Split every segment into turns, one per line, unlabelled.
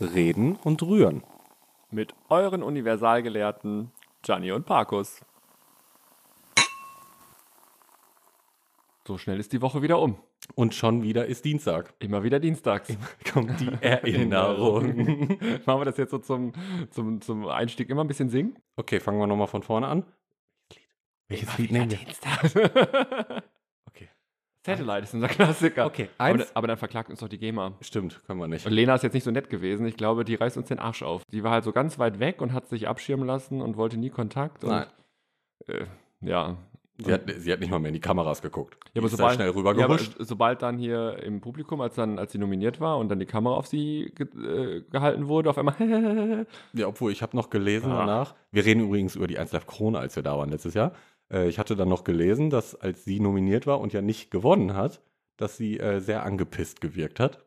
Reden und Rühren.
Mit euren Universalgelehrten Gianni und Parkus. So schnell ist die Woche wieder um.
Und schon wieder ist Dienstag.
Immer wieder dienstags.
Kommt die
Erinnerung. Machen wir das jetzt so zum, zum, zum Einstieg immer ein bisschen singen?
Okay, fangen wir nochmal von vorne an. Welches Lied nehmen wir? Okay.
Satellite ist unser Klassiker.
Okay,
aber,
eins.
aber dann verklagt uns doch die GEMA.
Stimmt, können wir nicht.
Und Lena ist jetzt nicht so nett gewesen. Ich glaube, die reißt uns den Arsch auf. Die war halt so ganz weit weg und hat sich abschirmen lassen und wollte nie Kontakt. Und,
Nein.
Äh, ja.
Sie hat, sie hat nicht mal mehr in die Kameras geguckt.
Ja,
Die
aber
ist da
sobald-
schnell
Ja, aber
rübergehuscht.
sobald dann hier im Publikum, als dann, als sie nominiert war und dann die Kamera auf sie ge äh, gehalten wurde, auf einmal.
Ja, obwohl ich habe noch gelesen
Ach.
danach. Wir reden übrigens über die 1 Live Krone, als wir da waren letztes Jahr. Äh, ich hatte dann noch gelesen, dass als sie nominiert war und ja nicht gewonnen hat, dass sie äh, sehr angepisst gewirkt hat.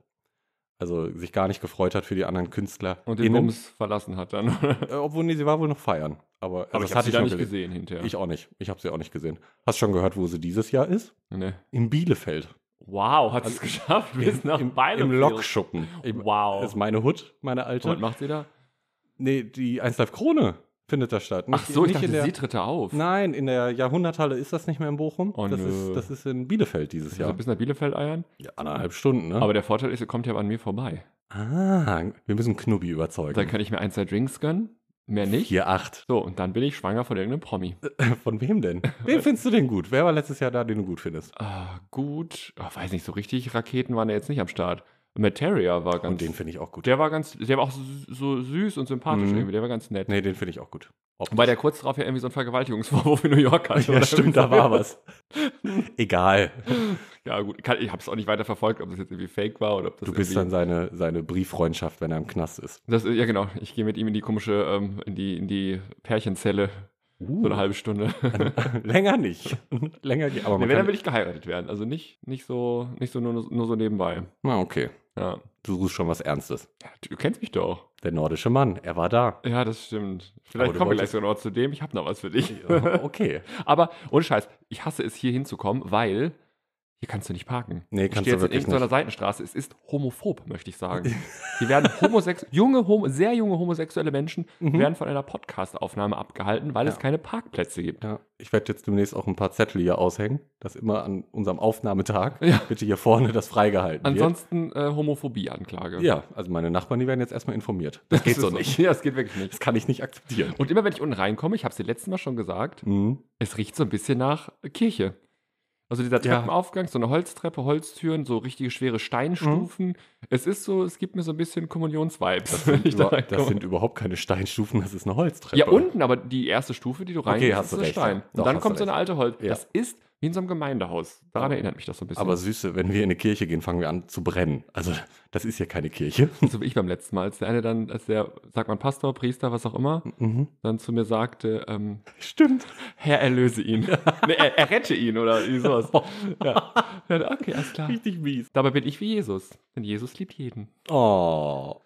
Also sich gar nicht gefreut hat für die anderen Künstler.
und den Bums verlassen hat dann.
Äh, obwohl, nee, sie war wohl noch feiern. Aber, also,
Aber
das
ich habe
hatte
sie da
schon
nicht
gelesen.
gesehen hinterher.
Ich auch nicht. Ich habe sie auch nicht gesehen. Hast schon gehört, wo sie dieses Jahr ist?
nee.
In Bielefeld.
Wow, hat es geschafft bis nach
Also Im,
Beilefeld.
im Lokschuppen. Im- Das ist
Wow.
meine Hut, meine alte.
Und macht sie da?
Nee, die 1 Live Krone findet da statt.
Ach so, ich
in
dachte,
der-
sie tritt da auf.
Nein, in der Jahrhunderthalle ist das nicht mehr in Bochum.
Oh,
das,
nö.
ist, das ist in Bielefeld dieses
Also
Jahr.
bis nach Bielefeld eiern.
Ja, anderthalb Stunden, ne?
Aber der Vorteil ist, er kommt ja an mir vorbei.
ah, wir müssen Knubbi überzeugen.
Dann kann ich mir ein, zwei Drinks gönnen, mehr nicht.
Hier acht.
So, und dann bin ich schwanger von irgendeinem Promi.
Äh. Von wem denn? Wen findest du denn gut? Wer war letztes Jahr da, den du gut findest?
Ah, gut, Ah, weiß nicht so richtig, Raketen waren ja jetzt nicht am Start. Matt Terrier war ganz,
Und den finde ich auch gut.
der war ganz, der war auch so, so süß und sympathisch
Mhm.
irgendwie, der war ganz nett.
Nee, den finde ich auch gut. Optisch.
Weil der kurz darauf ja irgendwie so einen Vergewaltigungsvorwurf in New York hatte.
ja,
oder
stimmt, da
irgendwie
war
so.
was. Egal.
Ja gut, kann, ich habe es auch nicht weiter verfolgt, ob das jetzt irgendwie fake war oder ob das
Du bist dann
irgendwie,
seine, seine Brieffreundschaft, wenn er im Knast ist.
das, Ja genau, ich gehe mit ihm in die komische, ähm, in, die, in die Pärchenzelle, so eine halbe Stunde.
Also Länger nicht. Länger geht. Aber
Nee,
man
wenn, dann
kann,
will ich geheiratet werden. Also nicht, nicht so, nicht so nur, nur so nebenbei.
Na, okay.
Ja.
Du suchst schon was Ernstes.
ja. Du kennst mich doch.
Der nordische Mann, er war da.
Ja, das stimmt.
Aber
Vielleicht
du
kommen wir gleich
wolltest-
sogar noch zu dem. Ich habe noch was für dich.
Okay.
Aber ohne Scheiß, ich hasse es, hier hinzukommen, weil hier kannst du nicht parken.
Nee,
Ich
kannst
stehe
du
jetzt in
wirklich
irgendeiner
nicht.
Seitenstraße. Es ist homophob, möchte ich sagen. Hier werden homosex junge, homo sehr junge homosexuelle Menschen
Mhm.
werden von einer Podcast-Aufnahme abgehalten, weil es
Ja.
keine Parkplätze gibt.
Ja, ich werde jetzt demnächst auch ein paar Zettel hier aushängen, dass immer an unserem Aufnahmetag
Ja.
bitte hier vorne das freigehalten
Ansonsten äh,
wird.
Homophobie-Anklage.
Ja, also meine Nachbarn, die werden jetzt erstmal informiert. Das geht
Das
so
ist-
nicht.
Ja, das geht wirklich nicht.
Das kann ich nicht akzeptieren.
Und immer wenn ich unten reinkomme, ich habe es dir letztes Mal schon gesagt,
Mhm.
es riecht so ein bisschen nach Kirche. Also dieser
Ja.
Treppenaufgang, so eine Holztreppe, Holztüren, so richtige schwere Steinstufen. Es ist so, es gibt mir so ein bisschen Kommunions-Vibes. wenn ich da
Über, Mhm. das
reinkomme.
sind überhaupt keine Steinstufen, das ist eine Holztreppe.
ja, unten, aber die erste Stufe, die du reingehst,
hast du
ist ein
recht,
Stein.
ja.
Und
Doch,
dann
hast
kommt
du
so eine alte Holz.
Ja.
Das ist wie in so einem Gemeindehaus. Daran
Aber-
erinnert mich das so ein bisschen.
Aber Süße, wenn wir in eine Kirche gehen, fangen wir an zu brennen. Also, das ist hier keine Kirche.
so wie ich beim letzten Mal, als der eine dann, als der, sagt man Pastor, Priester, was auch immer,
Mhm.
dann zu mir sagte, ähm,
Stimmt.
Herr, erlöse ihn. nee, er, errette ihn oder irgendwie sowas. ja. Dann, okay, alles klar.
Richtig mies.
Dabei bin ich wie Jesus, denn Jesus liebt jeden.
Oh.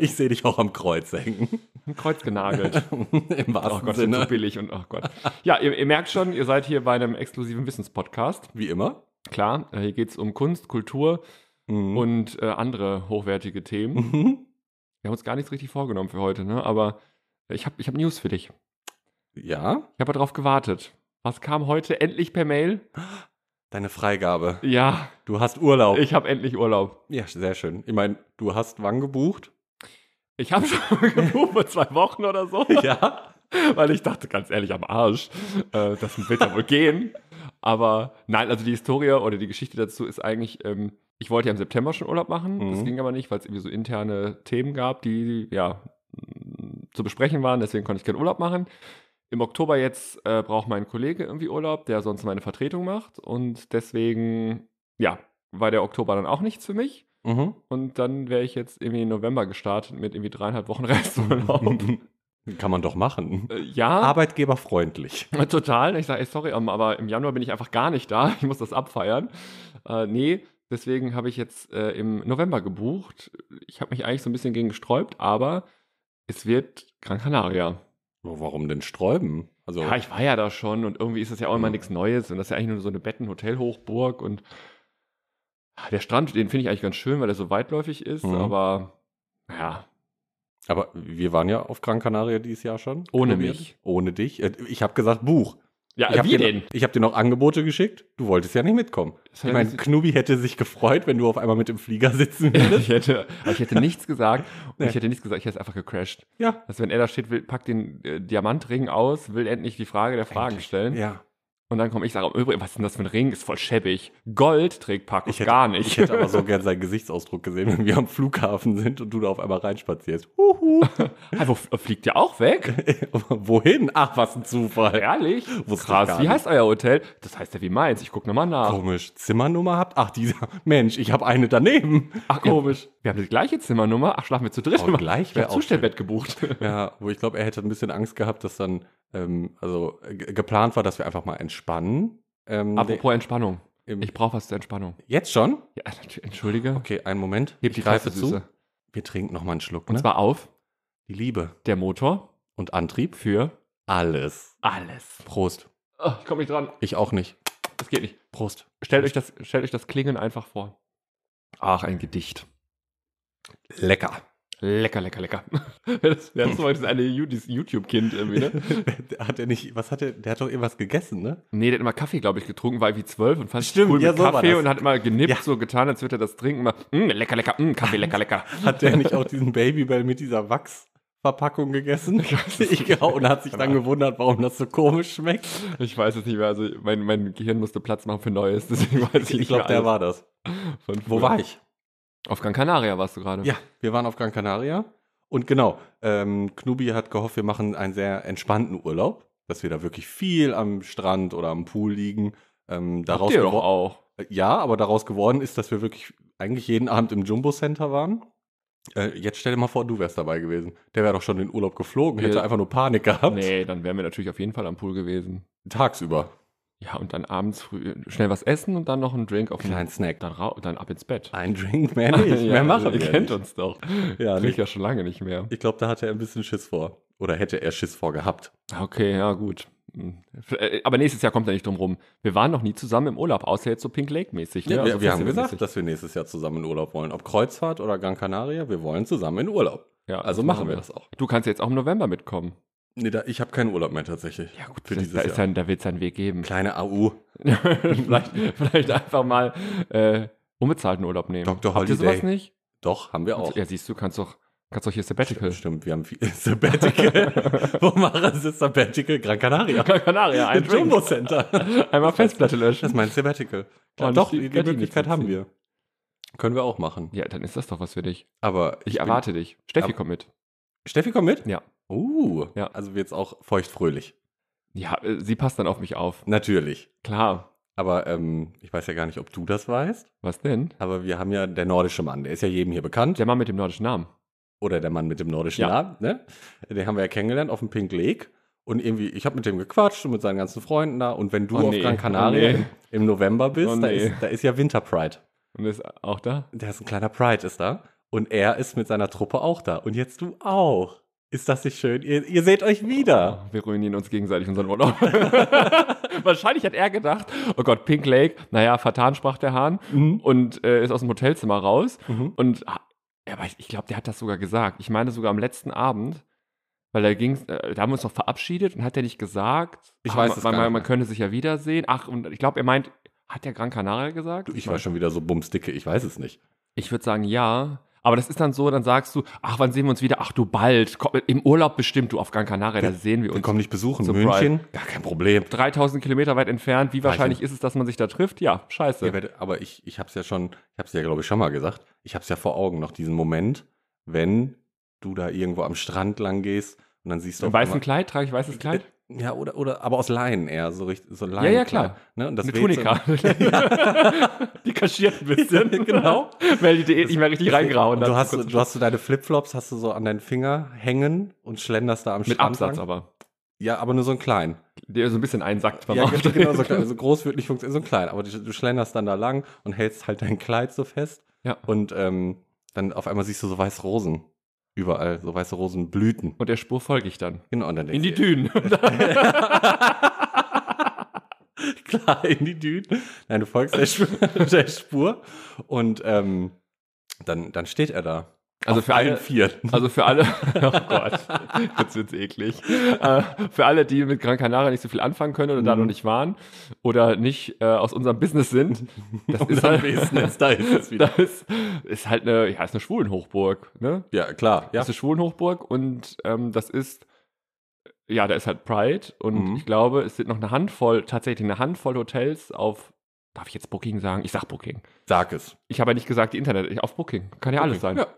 Ich sehe dich auch am Kreuz hängen.
Am Kreuz genagelt.
Im
oh
wahrsten
Gott, das ist so
Sinne.
billig und oh Gott. Ja, ihr, ihr merkt schon, ihr seid hier bei einem exklusiven Wissenspodcast.
Wie immer.
Klar, äh, hier geht es um Kunst, Kultur
Mhm.
und äh, andere hochwertige Themen.
Mhm.
Wir haben uns gar nichts richtig vorgenommen für heute, ne? aber ich habe ich hab News für dich.
Ja.
Ich habe darauf gewartet. Was kam heute endlich per Mail?
Deine Freigabe.
Ja,
Du hast Urlaub.
ich habe endlich Urlaub.
Ja, sehr schön. Ich meine, du hast wann gebucht?
Ich habe schon gebucht vor zwei Wochen oder so.
Ja.
Weil ich dachte, ganz ehrlich, am Arsch, äh, das wird ja wohl gehen. Aber nein, also die Historie oder die Geschichte dazu ist eigentlich, ähm, ich wollte ja im September schon Urlaub machen, das
Mhm.
ging aber nicht, weil es irgendwie so interne Themen gab, die ja mh, zu besprechen waren, deswegen konnte ich keinen Urlaub machen. Im Oktober jetzt äh, braucht mein Kollege irgendwie Urlaub, der sonst meine Vertretung macht und deswegen, ja, war der Oktober dann auch nichts für mich.
Mhm.
Und dann wäre ich jetzt irgendwie im November gestartet mit irgendwie dreieinhalb Wochen Resturlaub.
Kann man doch machen.
Äh, ja,
Arbeitgeberfreundlich.
Total. Ich sage, ey, sorry, ähm, aber im Januar bin ich einfach gar nicht da. Ich muss das abfeiern. Äh, nee, deswegen habe ich jetzt äh, im November gebucht. Ich habe mich eigentlich so ein bisschen gegen gesträubt, aber es wird Gran Canaria.
Warum denn sträuben? Also,
Ja, ich war ja da schon und irgendwie ist das ja auch immer
Mhm.
nichts Neues und das ist ja eigentlich nur so eine Betten-Hotel-Hochburg und Ah, der Strand, den finde ich eigentlich ganz schön, weil er so weitläufig ist,
Mhm.
aber ja,
aber wir waren ja auf Gran Canaria dieses Jahr schon.
Ohne
Probiert.
mich.
Ohne dich. Äh, Ich habe gesagt, Buch.
ja
ich hab
wie
dir,
denn?
Ich habe dir noch Angebote geschickt. Du wolltest ja nicht mitkommen.
Das
Ich
hat ja
meine,
nichts-
Knubi hätte sich gefreut, wenn du auf einmal mit im Flieger sitzen würdest.
ich, hätte, aber ich hätte nichts gesagt und
Nee.
ich hätte nichts gesagt, ich hätte einfach gecrashed.
Ja.
Also wenn er da steht, will, packt den äh, Diamantring aus, will endlich die Frage der Fragen
Endlich.
stellen
Ja.
und dann komme ich sage, im Übrigen, was ist denn das für ein Ring? Ist voll schäbig. Gold trägt Paco
Ich hätte-
gar nicht.
Ich hätte aber so gern seinen Gesichtsausdruck gesehen, wenn wir am Flughafen sind und du da auf einmal reinspazierst. Huhu.
Einfach fliegt der auch weg?
Wohin? Ach, was ein Zufall.
Ehrlich?
Wusste ich
Krass,
gar
wie
nicht.
heißt euer Hotel? Das heißt ja wie meins. Ich gucke nochmal nach.
Komisch. Zimmernummer habt? Ach, dieser Mensch, ich habe eine daneben.
Ach, komisch. Wir haben die gleiche Zimmernummer. Ach, schlafen wir zu dritt.
Oh, gleich
ich habe
wäre auch schön.
Zustellbett gebucht.
Ja, wo ich glaube, er hätte ein bisschen Angst gehabt, dass dann, ähm, also äh, ge- geplant war, dass wir einfach mal entspannen. Ähm,
Apropos Entspannung.
der- im,
Ich brauche was zur Entspannung.
jetzt schon?
Ja, natürlich. entschuldige.
Okay, einen Moment.
Heb die
ich greife
Tasse,
zu.
Süße.
Wir trinken nochmal einen Schluck.
Und
Ne?
zwar auf
Die Liebe
der Motor
und Antrieb.
für
Alles.
alles.
Prost.
Oh, ich komme nicht dran.
Ich auch nicht.
Das geht nicht.
Prost.
Stellt euch, das, stellt euch das Klingen einfach vor. Ach, ein Gedicht.
Lecker.
Lecker, lecker, lecker. Das letzte Mal das eine You- dieses YouTube-Kind irgendwie, ne?
hat er nicht, was hat er, der hat doch irgendwas gegessen, ne?
Nee, der hat immer Kaffee, glaube ich, getrunken, war wie zwölf und fand es
Stimmt,
cool mit
ja, so war
Kaffee
das.
und hat immer genippt,
Ja.
so getan, als würde er das trinken. Immer, "Mm, lecker, lecker, mm, Kaffee, lecker, lecker.
Hat der nicht auch diesen Babybell mit dieser Wachsverpackung gegessen? Ich glaube, und hat sich dann gewundert, warum das so komisch schmeckt.
Ich weiß es nicht mehr, also mein, mein Gehirn musste Platz machen für Neues, deswegen weiß ich,
Ich
nicht
glaube,
mehr
der
alles
war das.
von
Wo
früher.
war ich?
Auf Gran Canaria warst du gerade.
Ja, wir waren auf Gran Canaria. Und genau, ähm, Knubi hat gehofft, wir machen einen sehr entspannten Urlaub, dass wir da wirklich viel am Strand oder am Pool liegen. Ähm, daraus
Habt ihr doch
gewor- Äh,
auch.
ja, aber daraus geworden ist, dass wir wirklich eigentlich jeden Abend im Jumbo Center waren. Äh, jetzt stell dir mal vor, du wärst dabei gewesen. Der wäre doch schon in den Urlaub geflogen,
Wir-
hätte einfach nur Panik gehabt.
Nee, dann wären wir natürlich auf jeden Fall am Pool gewesen.
Tagsüber.
Ja, und dann abends früh äh, schnell was essen und dann noch einen Drink auf
Kleinen
den
Snack.
dann, ra- dann ab ins Bett.
Ein Drink, mehr nicht.
Ja, also,
mehr machen
Ihr
wir
kennt
nicht.
uns doch.
Ja,
Trinkt
nicht.
ja schon lange nicht mehr.
Ich glaube, da hatte er ein bisschen Schiss vor. Oder hätte er Schiss vor gehabt.
Okay, ja, gut. Hm. Äh, Aber nächstes Jahr kommt er nicht drum rum. Wir waren noch nie zusammen im Urlaub, außer jetzt so Pink Lake-mäßig.
Ja,
Ne?
wir,
Also
wir haben
festivalmäßig.
gesagt, dass wir nächstes Jahr zusammen in Urlaub wollen. Ob Kreuzfahrt oder Gran Canaria, wir wollen zusammen in Urlaub.
ja,
Also machen wir das auch.
Du kannst jetzt auch im November mitkommen.
Nee, da, ich habe keinen Urlaub mehr tatsächlich.
Ja, gut,
für
das-
dieses
da,
Jahr.
ist ein, da wird es einen Weg geben.
Kleine AU.
vielleicht, vielleicht einfach mal äh, unbezahlten Urlaub nehmen.
Dr.
Habt
Holiday.
ihr sowas nicht?
Doch, haben wir auch.
Ja, siehst du, kannst doch, kannst doch hier Sabbatical.
Stimmt, wir haben viel Sabbatical. Wo machen Sie Sabbatical? Gran Canaria.
Gran Canaria, ein
Im Jumbo
Drink.
Center.
Einmal Festplatte
Das
löschen.
ist mein Sabbatical.
Oh,
Ja, doch,
die-
die,
die
die Möglichkeit haben
mitziehen.
wir. Können wir auch machen.
Ja, dann ist das doch was für dich.
Aber
Ich,
bin-
erwarte dich. Steffi,
Aber-
komm mit.
Steffi, komm mit?
Ja.
Uh,
Ja.
also jetzt auch feuchtfröhlich.
Ja, äh, sie passt dann auf mich auf.
Natürlich.
Klar.
Aber ähm, ich weiß ja gar nicht, ob du das weißt.
Was denn?
Aber wir haben ja der nordische Mann, der ist ja jedem hier bekannt.
Der Mann mit dem nordischen Namen.
Oder der Mann mit dem nordischen
Ja.
Namen, ne? Den haben wir ja kennengelernt auf dem Pink Lake. Und irgendwie, ich habe mit dem gequatscht und mit seinen ganzen Freunden da. Und wenn du
Oh,
auf
nee.
Gran Canaria
Oh, nee.
im November bist,
Oh,
da,
nee.
ist, da ist ja Winter Pride.
Und ist auch da?
Der ist ein kleiner Pride, ist da. Und er ist mit seiner Truppe auch da. Und jetzt du auch. Ist das nicht schön? Ihr, ihr seht euch wieder.
Wir ruinieren uns gegenseitig unseren Urlaub. Wahrscheinlich hat er gedacht, oh Gott, Pink Lake, naja, vertan sprach der Hahn
Mhm.
und äh, ist aus dem Hotelzimmer raus.
Mhm.
Und ah, ja, aber ich, ich glaube, der hat das sogar gesagt. Ich meine sogar am letzten Abend, weil da ging's, äh, da haben wir uns noch verabschiedet und hat er nicht gesagt,
Ich
ah,
weiß
man,
es
man,
gar nicht
man
mehr.
könne sich ja wiedersehen. Ach, und ich glaube, er meint, hat der Gran Canaria gesagt?
Du, ich war schon wieder so bumsdicke, ich weiß es nicht.
Ich würde sagen, ja. Aber das ist dann so, dann sagst du, ach, wann sehen wir uns wieder? Ach, du bald. Komm, Im Urlaub bestimmt, du auf Gran Canaria, da sehen wir
Wir
uns.
kommen dich besuchen.
Zum
München? Ja, kein Problem.
3000 Kilometer weit entfernt,
Weiß
wie
ich
wahrscheinlich ist es, dass man sich da trifft? Ja, scheiße.
Ihr werdet- aber ich, ich habe es ja schon, ich habe es ja, glaube ich, schon mal gesagt. Ich habe es ja vor Augen noch diesen Moment, wenn du da irgendwo am Strand lang gehst und dann siehst du
Im
auf
weißen
einmal-
Kleid, trage ich weißes Kleid?
Ja, oder, oder, aber aus Laien eher, so richtig, so Laien.
ja, ja, klar.
Ne? Und das
Eine
weht so-
Tunika. Die kaschiert ein bisschen.
Genau.
Weil die Diät nicht mehr richtig reingehauen
Und du
hat.
hast, du hast so deine Flipflops, hast du so an deinen Finger hängen und schlenderst da am
Mit
Strand
Absatz
lang.
aber.
Ja, aber nur so einen kleinen.
Der so ein bisschen einsackt beim
Ja,
Auftreten.
genau, so, klein, so groß wird nicht funktionieren, so klein. Aber du, du schlenderst dann da lang und hältst halt dein Kleid so fest.
Ja.
Und ähm, dann auf einmal siehst du so weiße Rosen. Überall, so weiße Rosenblüten.
Und der Spur folge ich dann.
Genau, und dann
In die
denkst
Dünen.
du, Klar, in die Dünen. Nein, du folgst der Spur. der Spur. Und ähm, dann, dann steht er da.
Also für alle,
vier.
Also für alle, oh Gott, jetzt wird's eklig. Äh, für alle, die mit Gran Canaria nicht so viel anfangen können oder da
Mhm.
noch nicht waren oder nicht äh, aus unserem Business sind, das ist
am
halt,
besten jetzt da ist es wieder.
Das ist, ist halt eine, ja, ist eine Schwulenhochburg, ne?
Ja, klar.
Ja.
Ja.
Das ist eine Schwulenhochburg und ähm, das ist, ja, da ist halt Pride und
Mhm.
ich glaube, es sind noch eine Handvoll, tatsächlich eine Handvoll Hotels auf, darf ich jetzt Booking sagen? Ich sag Booking.
Sag es.
Ich habe ja nicht gesagt, die Internet, ich, auf Booking. Kann ja alles sein.
Booking,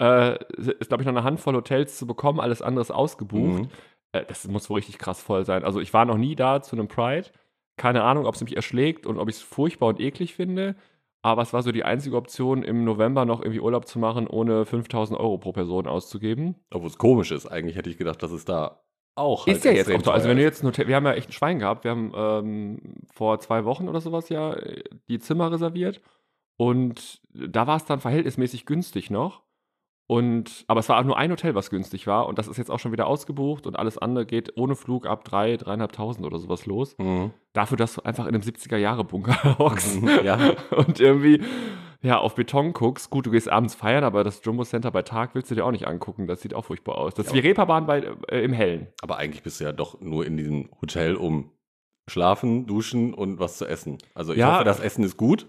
Äh, ist, glaube ich, noch eine Handvoll Hotels zu bekommen, alles andere ist ausgebucht.
Mhm.
Äh, das muss wohl richtig krass voll sein. Also, ich war noch nie da zu einem Pride. Keine Ahnung, ob es mich erschlägt und ob ich es furchtbar und eklig finde. Aber es war so die einzige Option, im November noch irgendwie Urlaub zu machen, ohne 5000 Euro pro Person auszugeben.
Obwohl es komisch ist, eigentlich hätte ich gedacht, dass es da auch halt
ist ja jetzt
extrem
auch so. Also, wenn du
teuer
jetzt ein Hotel, wir haben ja echt ein Schwein gehabt. Wir haben ähm, vor zwei Wochen oder sowas ja äh, die Zimmer reserviert. Und da war es dann verhältnismäßig günstig noch. Und, aber es war auch nur ein Hotel, was günstig war. Und das ist jetzt auch schon wieder ausgebucht. Und alles andere geht ohne Flug ab drei, dreieinhalbtausend oder sowas los.
ist. Mhm.
Dafür, dass du einfach in einem 70er-Jahre-Bunker hockst.
Ja.
Und irgendwie, ja, auf Beton guckst. Gut, du gehst abends feiern, aber das Jumbo Center bei Tag willst du dir auch nicht angucken. Das sieht auch furchtbar aus. Das ist wie Reeperbahn bei, äh, im Hellen.
Aber eigentlich bist du ja doch nur in diesem Hotel, um schlafen, duschen und was zu essen. Also ich
Ja.
hoffe, das Essen ist gut.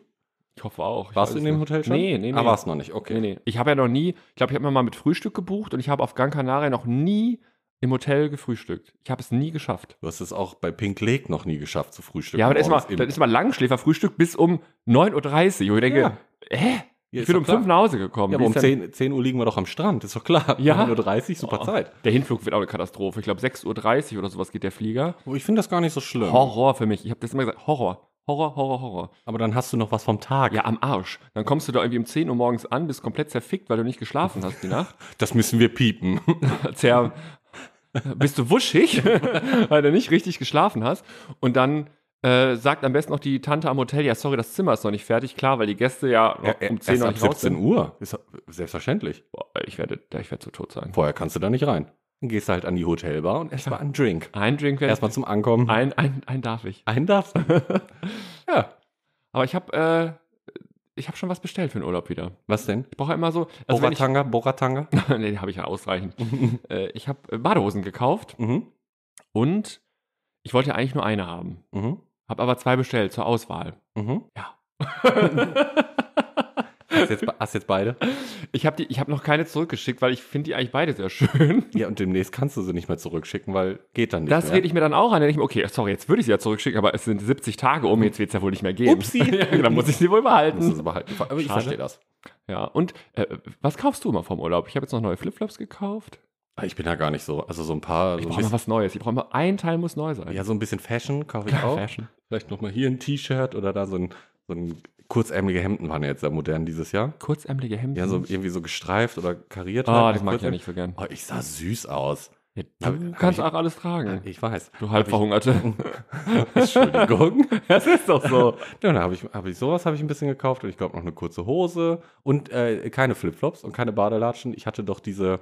Ich hoffe auch. Ich
Warst du
weiß
in dem
nicht.
Hotel schon?
Nee, nee, nee.
Ah, warst noch nicht, okay.
nee, nee. Ich habe ja noch nie, ich glaube, ich habe mir mal mit Frühstück gebucht und ich habe auf Gran Canaria noch nie im Hotel gefrühstückt. Ich habe es nie geschafft.
Du hast es auch bei Pink Lake noch nie geschafft zu frühstücken.
ja, aber dann ist, mal,
morgens im-
dann ist mal Langschläferfrühstück bis um 9.30 Uhr. Und ich denke,
Ja.
hä?
Ja,
ich
ist
bin
doch
um
klar.
5 nach Hause gekommen.
Ja,
Wie
aber um
ist denn-
10, 10 Uhr liegen wir doch am Strand, ist doch klar.
Ja.
9.30 Uhr, super
Oh,
Zeit.
Der Hinflug wird auch eine Katastrophe. Ich glaube, 6.30 Uhr oder sowas geht der Flieger.
Aber Oh, ich finde das gar nicht so schlimm.
Horror für mich. Ich habe das immer gesagt, Horror. Horror, Horror, Horror.
Aber dann hast du noch was vom Tag.
Ja, am Arsch. Dann kommst du da irgendwie um 10 Uhr morgens an, bist komplett zerfickt, weil du nicht geschlafen hast die Nacht.
Das müssen wir piepen.
Tja, bist du wuschig, weil du nicht richtig geschlafen hast. Und dann äh, sagt am besten noch die Tante am Hotel, ja, sorry, das Zimmer ist noch nicht fertig. Klar, weil die Gäste ja noch um 10
Erst
noch
ab
nicht raus
17
sind.
Uhr. Ist, selbstverständlich.
Boah, ich werde, ich werde so tot sein.
Vorher kannst du da nicht rein. Dann gehst du halt an die Hotelbar und erstmal einen Drink.
Ein Drink werde
Erstmal zum Ankommen.
ein, ein, ein darf ich.
Einen darfst du. ja.
Aber ich habe äh, ich habe schon was bestellt für den Urlaub wieder.
Was denn?
Ich brauche ja immer so, also wenn ich,
Boratanga, Boratanga.
nee, die habe ich ja ausreichend. äh, ich habe Badehosen gekauft
mhm.
und ich wollte ja eigentlich nur eine haben.
Mhm.
Habe aber zwei bestellt zur Auswahl.
Mhm.
Ja.
Hast jetzt, hast jetzt beide?
Ich habe hab noch keine zurückgeschickt, weil ich finde die eigentlich beide sehr schön.
Ja, und demnächst kannst du sie nicht mehr zurückschicken, weil geht dann nicht
Das
mehr.
rede ich mir dann auch an. Dann denke ich mir, okay, sorry, jetzt würde ich sie ja zurückschicken, aber es sind 70 Tage um, jetzt wird es ja wohl nicht mehr gehen.
Upsi.
ja, genau, dann muss ich sie wohl
Musst du
behalten.
sie behalten. Aber ich
Schade.
verstehe das.
Ja, und äh, was kaufst du immer vom Urlaub? Ich habe jetzt noch neue Flipflops gekauft.
Aber Ah, Ich bin da gar nicht so. Also so ein paar.
Ich
So ein
brauche noch
bisschen,
was Neues. Ich brauche immer, ein Teil muss neu sein.
ja, so ein bisschen Fashion kaufe ich auch.
Fashion.
Vielleicht nochmal hier ein T-Shirt oder da so ein, so ein kurzärmelige Hemden waren ja jetzt sehr modern dieses Jahr.
Kurzärmelige Hemden.
Ja, so irgendwie so gestreift oder kariert.
Mhm. Ah,
halt.
das mag ich ja nicht so gern.
Oh, ich sah süß aus.
Ja,
Hab-
du
hab
kannst
ich-
auch alles tragen.
Ich weiß.
Du halbverhungerte.
Entschuldigung.
Das ist doch so.
Ja, da habe ich, hab ich sowas habe ich ein bisschen gekauft und ich glaube noch eine kurze Hose und äh, keine Flipflops und keine Badelatschen. Ich hatte doch diese,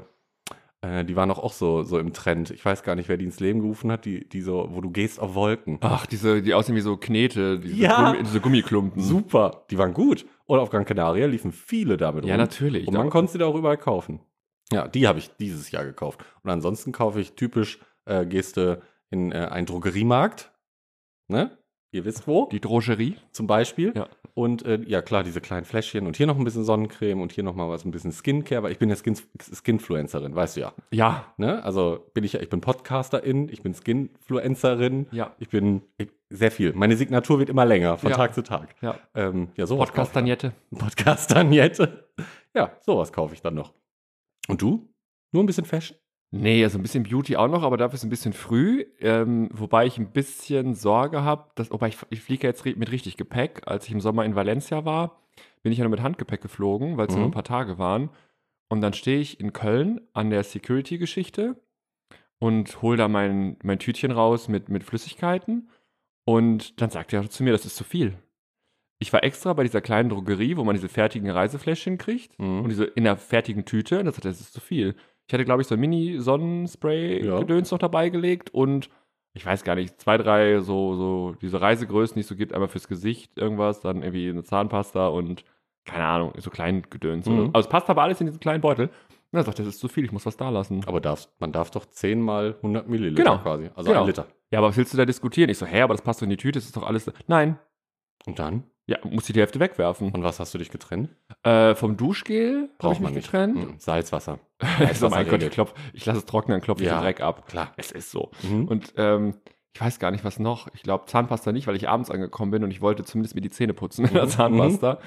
äh, die waren doch auch so, so im Trend. Ich weiß gar nicht, wer die ins Leben gerufen hat, die, die so, wo du gehst auf Wolken.
Ach, diese, die aussehen wie so Knete, diese,
Ja.
Gummi, diese Gummiklumpen.
Super, die waren gut. Und auf Gran Canaria liefen viele damit
Ja,
rum.
natürlich.
Und man konnte sie da auch überall kaufen. Ja, die habe ich dieses Jahr gekauft. Und ansonsten kaufe ich typisch äh, Geste in äh, einen Drogeriemarkt. Ne? Ihr wisst wo.
die Drogerie.
zum Beispiel.
Ja.
Und äh, ja, klar, diese kleinen Fläschchen und hier noch ein bisschen Sonnencreme und hier nochmal was, ein bisschen Skincare, weil ich bin ja Skin Skinfluencerin, weißt du ja.
Ja,
Ne? Also bin ich ja, ich bin Podcasterin, ich bin Skinfluencerin,
ja.
ich bin ich, sehr viel. Meine Signatur wird immer länger, von
Ja.
Tag zu Tag.
Ja.
ähm, ja sowas kaufe ich
Podcast-Tagnette.
dann. Podcast-Tagnette. Ja, sowas kaufe ich dann noch. Und du? Nur ein bisschen Fashion?
Nee, also ein bisschen Beauty auch noch, aber dafür ist ein bisschen früh. Ähm, wobei ich ein bisschen Sorge habe, dass, wobei ich, ich fliege ja jetzt ri- mit richtig Gepäck. Als ich im Sommer in Valencia war, bin ich ja nur mit Handgepäck geflogen, weil es nur
Mhm.
ein paar Tage waren. Und dann stehe ich in Köln an der Security-Geschichte und hole da mein, mein Tütchen raus mit, mit Flüssigkeiten. Und dann sagt er zu mir, das ist zu viel. Ich war extra bei dieser kleinen Drogerie, wo man diese fertigen Reisefläschchen kriegt
Mhm.
und diese in der fertigen Tüte. Und das hat er, das ist zu viel. Ich hatte, glaube ich, so ein
Ja.
Mini-Sonnenspray-Gedöns noch dabei gelegt und ich weiß gar nicht, zwei, drei so, so diese Reisegrößen, die es so gibt, einmal fürs Gesicht irgendwas, dann irgendwie eine Zahnpasta und keine Ahnung, so klein Gedöns.
Mhm.
oder- Also es passt aber alles in diesen kleinen Beutel. Und er sagt, das ist zu viel, ich muss was da lassen.
Aber darfst, man darf doch 10 mal 100 Milliliter
Genau.
quasi. Also
Genau.
ein Liter.
Ja, aber was willst du da diskutieren? Ich so, hä, aber das passt doch in die Tüte, das ist doch alles. Nein.
Und dann?
Ja, muss ich die Hälfte wegwerfen.
Von was hast du dich getrennt?
Äh, vom Duschgel hab
Braucht
ich mich
man nicht.
getrennt.
Mhm. Salzwasser.
Ich so, mein Gott, ich,
regelt.
klopf, ich lasse es trocknen, dann klopfe ich
Ja.
den Dreck ab.
Klar.
Es ist so.
Mhm.
Und ähm, ich weiß gar nicht, was noch. Ich glaube, Zahnpasta nicht, weil ich abends angekommen bin und ich wollte zumindest mir die Zähne putzen mit der
Mhm.
Zahnpasta.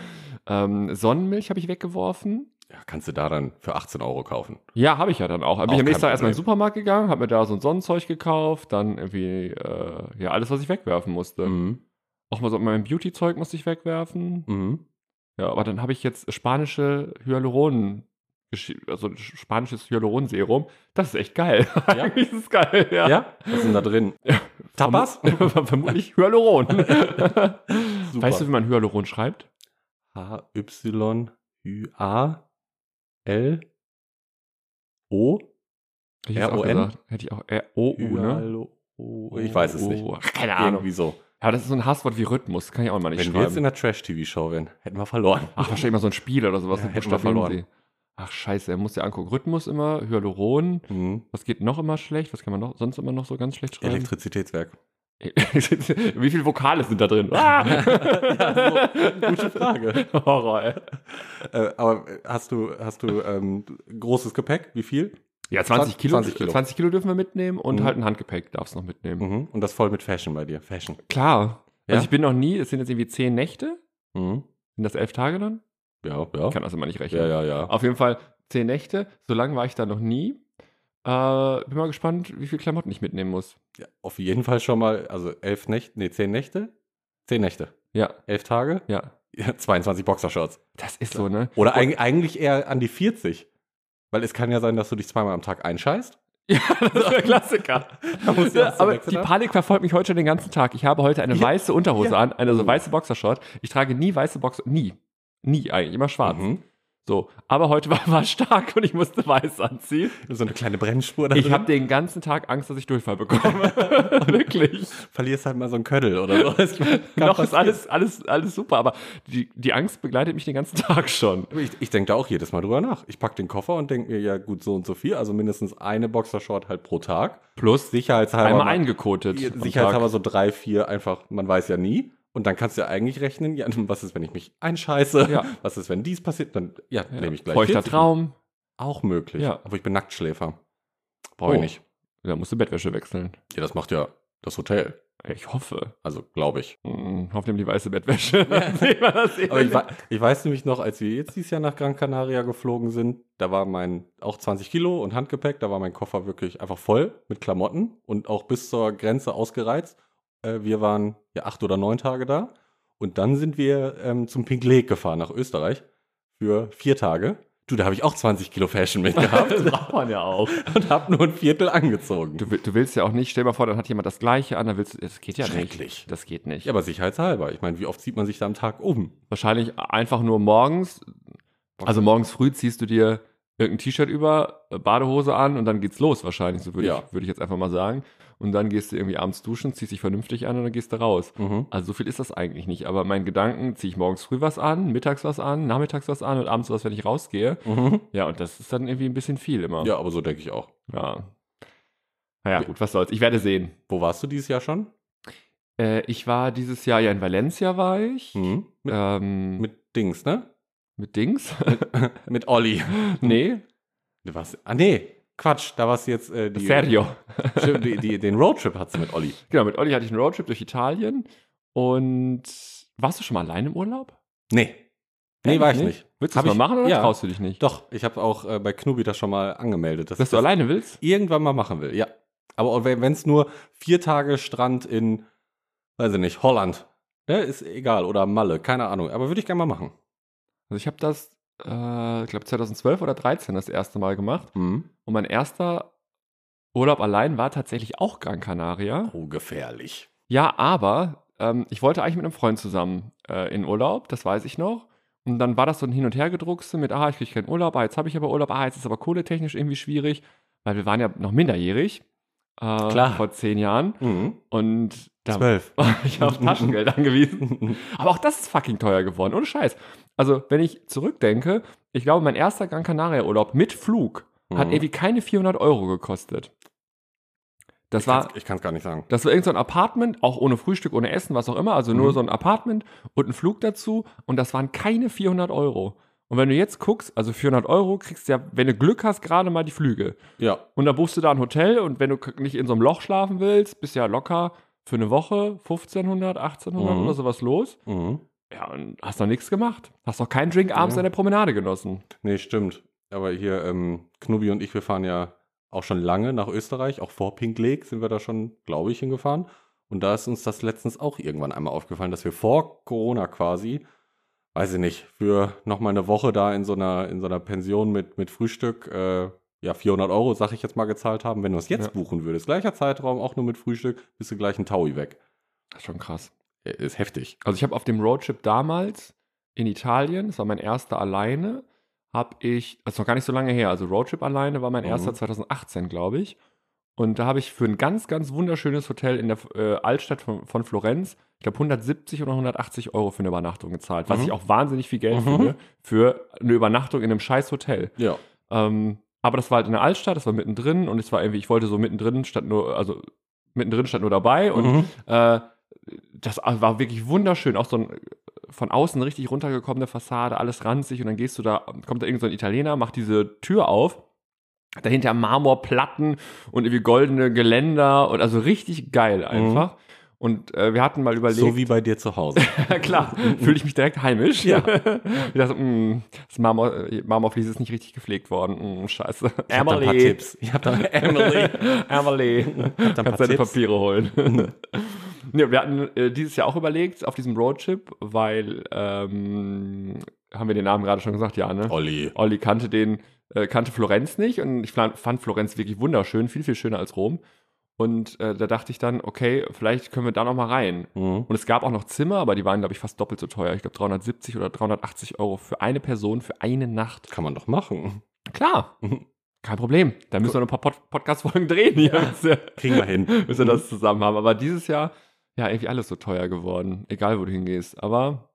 Ähm, Sonnenmilch habe ich weggeworfen.
ja, kannst du da dann für 18 Euro kaufen.
Ja, habe ich ja dann auch. Dann Bin
Auch
ich am nächsten
kein
Tag erstmal in den
Problem.
Supermarkt gegangen, habe mir da so ein Sonnenzeug gekauft, dann irgendwie, äh, ja, alles, was ich wegwerfen musste.
Mhm.
Auch mal so mein Beauty-Zeug musste ich wegwerfen.
Mhm.
Ja, aber dann habe ich jetzt spanische Hyaluronen, also spanisches Hyaluronserum. Das ist echt geil.
Ja?
Eigentlich ist es geil, ja.
Ja? Was ist denn da drin? Tapas?
Vermu- Vermutlich Hyaluron.
Super.
Weißt du, wie man Hyaluron schreibt?
H-Y-Ü-A-L-O?
Hätte ich jetzt auch
R-O-N?
gesagt. Hätte ich auch R-O-U, ne?
Hyalo- Ich weiß es nicht.
O- Ach, keine Ahnung.
Irgendwie so.
Ja, das ist so ein Hasswort wie Rhythmus. Kann ich auch mal nicht
Wenn wir jetzt in
schreiben.
der Trash-TV-Show wären, hätten wir verloren.
Ach, wahrscheinlich mal so ein Spiel oder sowas.
Ja,
mit
hätten wir
Buchstaben
verloren.
sehen. Ach, scheiße. Er muss ja angucken. Rhythmus immer, Hyaluron.
Mhm.
Was geht noch immer schlecht? Was kann man noch, sonst immer noch so ganz schlecht schreiben? E-
Elektrizitätswerk.
Wie viele Vokale sind da drin? Ah!
Ja, so, gute Frage.
Horror, ey.
Äh, aber hast du, hast du ähm, großes Gepäck? Wie viel?
Ja, 20 Kilo,
20 Kilo.
20 Kilo dürfen wir mitnehmen und
Mhm.
halt ein Handgepäck darfst du noch mitnehmen.
Mhm. Und das voll mit Fashion bei dir. Fashion.
Klar.
Ja?
Also ich bin noch nie, es sind jetzt irgendwie 10 Nächte.
Mhm.
Sind das 11 Tage dann?
Ja, ja.
Ich kann das immer nicht rechnen.
Ja, ja, ja.
Auf jeden Fall 10 Nächte. So lange war ich da noch nie. Äh, bin mal gespannt, wie viel Klamotten ich mitnehmen muss.
Ja, Auf jeden Fall schon mal, also elf Nächte, nee, zehn Nächte? Zehn Nächte.
Ja,
Elf Tage?
ja.
Ja, 22 Boxershorts.
Das ist so, ne?
Oder eig eigentlich eher an die 40. Weil es kann ja sein, dass du dich zweimal am Tag einscheißt.
Das ist der Klassiker.
Da musst du erst zum
aber
Wechsel
die
ab.
Panik verfolgt mich heute schon den ganzen Tag. Ich habe heute eine
Ja,
weiße Unterhose
ja.
an, eine so
Mhm.
weiße Boxershort. Ich trage nie weiße Boxer, nie. Nie eigentlich, immer schwarz.
Mhm.
So, aber heute war, war stark und ich musste weiß anziehen.
So eine kleine Bremsspur. da
Ich
drin.
habe den ganzen Tag Angst, dass ich Durchfall bekomme. Wirklich.
Verlierst halt mal so einen Köttel oder so. Es kann
Noch ist
passieren.
alles, alles, alles super, aber die, die Angst begleitet mich den ganzen Tag schon.
Ich, ich denke da auch jedes Mal drüber nach. Ich packe den Koffer und denke mir, ja gut, so und so viel, also mindestens eine Boxershort halt pro Tag.
Plus
Sicherheitshalber,
einmal
mal-
eingekotet. am Tag.
sicherheitshalber so drei, vier, einfach, man weiß ja nie. Und dann kannst du ja eigentlich rechnen, ja, was ist, wenn ich mich einscheiße?
Ja.
Was ist, wenn dies passiert? Dann, ja,
Ja.
nehme ich gleich.
Feuchter
40.
Traum.
Auch möglich.
Ja.
Aber ich bin Nacktschläfer. Brauche ich
Oh.
nicht.
Da musst du Bettwäsche wechseln.
Ja, das macht ja das Hotel.
Ich hoffe.
Also, glaube ich.
Hm, Hoffentlich die weiße Bettwäsche.
Ja.
Sieht man das eh
Aber ich,
nicht.
wa- ich weiß nämlich noch, als wir jetzt dieses Jahr nach Gran Canaria geflogen sind, da war mein, auch 20 Kilo und Handgepäck, da war mein Koffer wirklich einfach voll mit Klamotten und auch bis zur Grenze ausgereizt. Äh, wir waren ja acht oder neun Tage da und dann sind wir ähm, zum Pink Lake gefahren nach Österreich für vier Tage. Du, da habe ich auch 20 Kilo Fashion mitgehabt
das braucht man ja auch.
und habe nur ein Viertel angezogen.
Du, will- du willst ja auch nicht, stell dir mal vor, dann hat jemand das Gleiche an, dann willst du, das geht ja
Schrecklich.
nicht. Das geht nicht.
Ja, aber sicherheitshalber. Ich meine, wie oft sieht man sich da am Tag um?
Wahrscheinlich einfach nur morgens. Also morgens früh ziehst du dir irgendein T-Shirt über, äh, Badehose an und dann geht's los wahrscheinlich, so würde
Ja.
ich, würd ich jetzt einfach mal sagen. Und dann gehst du irgendwie abends duschen, ziehst dich vernünftig an und dann gehst du raus.
Mhm.
Also so viel ist das eigentlich nicht. Aber mein Gedanken, ziehe ich morgens früh was an, mittags was an, nachmittags was an und abends was, wenn ich rausgehe.
Mhm.
Ja, und das ist dann irgendwie ein bisschen viel immer.
Ja, aber so denke ich auch.
ja. Naja, gut, was soll's. Ich werde sehen.
Wo warst du dieses Jahr schon?
Äh, ich war dieses Jahr ja in Valencia, war ich.
Mhm. Mit,
Ähm, mit,
mit Dings, ne?
Dings?
Mit Olli.
nee,
Du warst, ah, nee, Quatsch, da warst du jetzt äh, die,
Sergio.
Stimmt, die, die, den Roadtrip hattest du mit Olli.
Genau, mit Olli hatte ich einen Roadtrip durch Italien. Und warst du schon mal allein im Urlaub?
Nee, Nee, war ich
Ehrlich
nicht.
Willst du
Hab
das mal
ich-
machen oder
ja.
traust du dich nicht?
Doch, ich habe auch äh, bei Knubi das schon mal angemeldet, dass,
Dass
ich
du
das
alleine willst?
irgendwann mal machen will. Ja. Aber wenn es nur vier Tage Strand in, weiß ich nicht, Holland, ne, ist egal, oder Malle, keine Ahnung. Aber würde ich gerne mal machen.
Also ich habe das, äh, ich glaube 2012 oder 13 das erste Mal gemacht.
Mhm.
Und mein erster Urlaub allein war tatsächlich auch Gran Canaria.
Oh, gefährlich.
Ja, aber ähm, ich wollte eigentlich mit einem Freund zusammen äh, in Urlaub, das weiß ich noch. Und dann war das so ein Hin- und Hergedruckste mit, ah, ich kriege keinen Urlaub, ah, jetzt habe ich aber Urlaub, ah, jetzt ist aber kohletechnisch irgendwie schwierig, weil wir waren ja noch minderjährig. Äh,
Klar.
Vor zehn Jahren.
Mhm.
Und da
Zwölf.
war ich auf Taschengeld angewiesen.
Mhm.
Aber auch das ist fucking teuer geworden, ohne Scheiß. Also, wenn ich zurückdenke, ich glaube, mein erster Gran Canaria-Urlaub mit Flug hat
Mhm.
irgendwie keine 400 Euro gekostet. Das
Ich
war,
kann's- ich kann es gar nicht sagen.
das war irgend so ein Apartment, auch ohne Frühstück, ohne Essen, was auch immer. Also
Mhm.
nur so ein Apartment und ein Flug dazu. Und das waren keine 400 Euro. Und wenn du jetzt guckst, also 400 Euro kriegst du ja, wenn du Glück hast, gerade mal die Flüge.
Ja.
Und dann buchst du da ein Hotel und wenn du k- nicht in so einem Loch schlafen willst, bist ja locker für eine Woche 1500, 1800
Mhm.
oder sowas los.
Mhm.
Ja, und hast noch nichts gemacht. Hast noch keinen Drink abends
Ja.
an der Promenade genossen.
Nee, stimmt. Aber hier, ähm, Knubi und ich, wir fahren ja auch schon lange nach Österreich. Auch vor Pink Lake sind wir da schon, glaube ich, hingefahren. Und da ist uns das letztens auch irgendwann einmal aufgefallen, dass wir vor Corona quasi, weiß ich nicht, für nochmal eine Woche da in so einer, in so einer Pension mit, mit Frühstück, äh, ja, 400 Euro, sag ich jetzt mal, gezahlt haben. Wenn du es jetzt
Ja.
buchen würdest, gleicher Zeitraum, auch nur mit Frühstück, bist du gleich ein Taui weg.
Das ist schon krass.
Äh, Ist heftig.
Also ich habe auf dem Roadtrip damals in Italien, das war mein erster alleine, habe ich, das ist noch gar nicht so lange her, also Roadtrip alleine war mein
Mhm.
erster 2018, glaube ich. Und da habe ich für ein ganz, ganz wunderschönes Hotel in der äh, Altstadt von, von Florenz, ich glaube 170 oder 180 Euro für eine Übernachtung gezahlt, was
Mhm.
ich auch wahnsinnig viel Geld
Mhm.
finde für eine Übernachtung in einem scheiß Hotel.
Ja.
Ähm, aber das war halt in der Altstadt, das war mittendrin und es war irgendwie, ich wollte so mittendrin statt nur, also mittendrin statt nur dabei und
Mhm.
äh, das war wirklich wunderschön. Auch so ein äh, von außen richtig runtergekommene Fassade, alles ranzig und dann gehst du da, kommt da irgend so ein Italiener, macht diese Tür auf. Dahinter Marmorplatten und irgendwie goldene Geländer und also richtig geil einfach. Und äh, wir hatten mal überlegt.
Mhm. So wie bei dir zu Hause.
Ja, klar, fühle ich mich direkt heimisch.
Ja.
ich dachte, mm, das Marmor, Marmorfliese ist nicht richtig gepflegt worden. Mm, scheiße.
Ich hab da ein paar Tipps. Ich hab da,
Emily. Emily.
da ein paar
Kannst deine
Tipps.
Papiere holen. ja, wir hatten äh, dieses Jahr auch überlegt, auf diesem Roadtrip, weil, ähm, haben wir den Namen gerade schon gesagt? Ja, ne?
Olli.
Olli kannte den, äh, kannte Florenz nicht und ich fla- fand Florenz wirklich wunderschön, viel, viel schöner als Rom. Und äh, da dachte ich dann, okay, vielleicht können wir da noch mal rein.
Mhm.
Und es gab auch noch Zimmer, aber die waren, glaube ich, fast doppelt so teuer. Ich glaube 370 oder 380 Euro für eine Person, für eine Nacht.
Kann man doch machen.
Klar.
Mhm.
Kein Problem. Da müssen wir noch ein paar Pod Podcast-Folgen drehen hier, bis, wir,
Kriegen wir hin.
bis wir das zusammen haben. Aber dieses Jahr, ja, irgendwie alles so teuer geworden. Egal, wo du hingehst. Aber,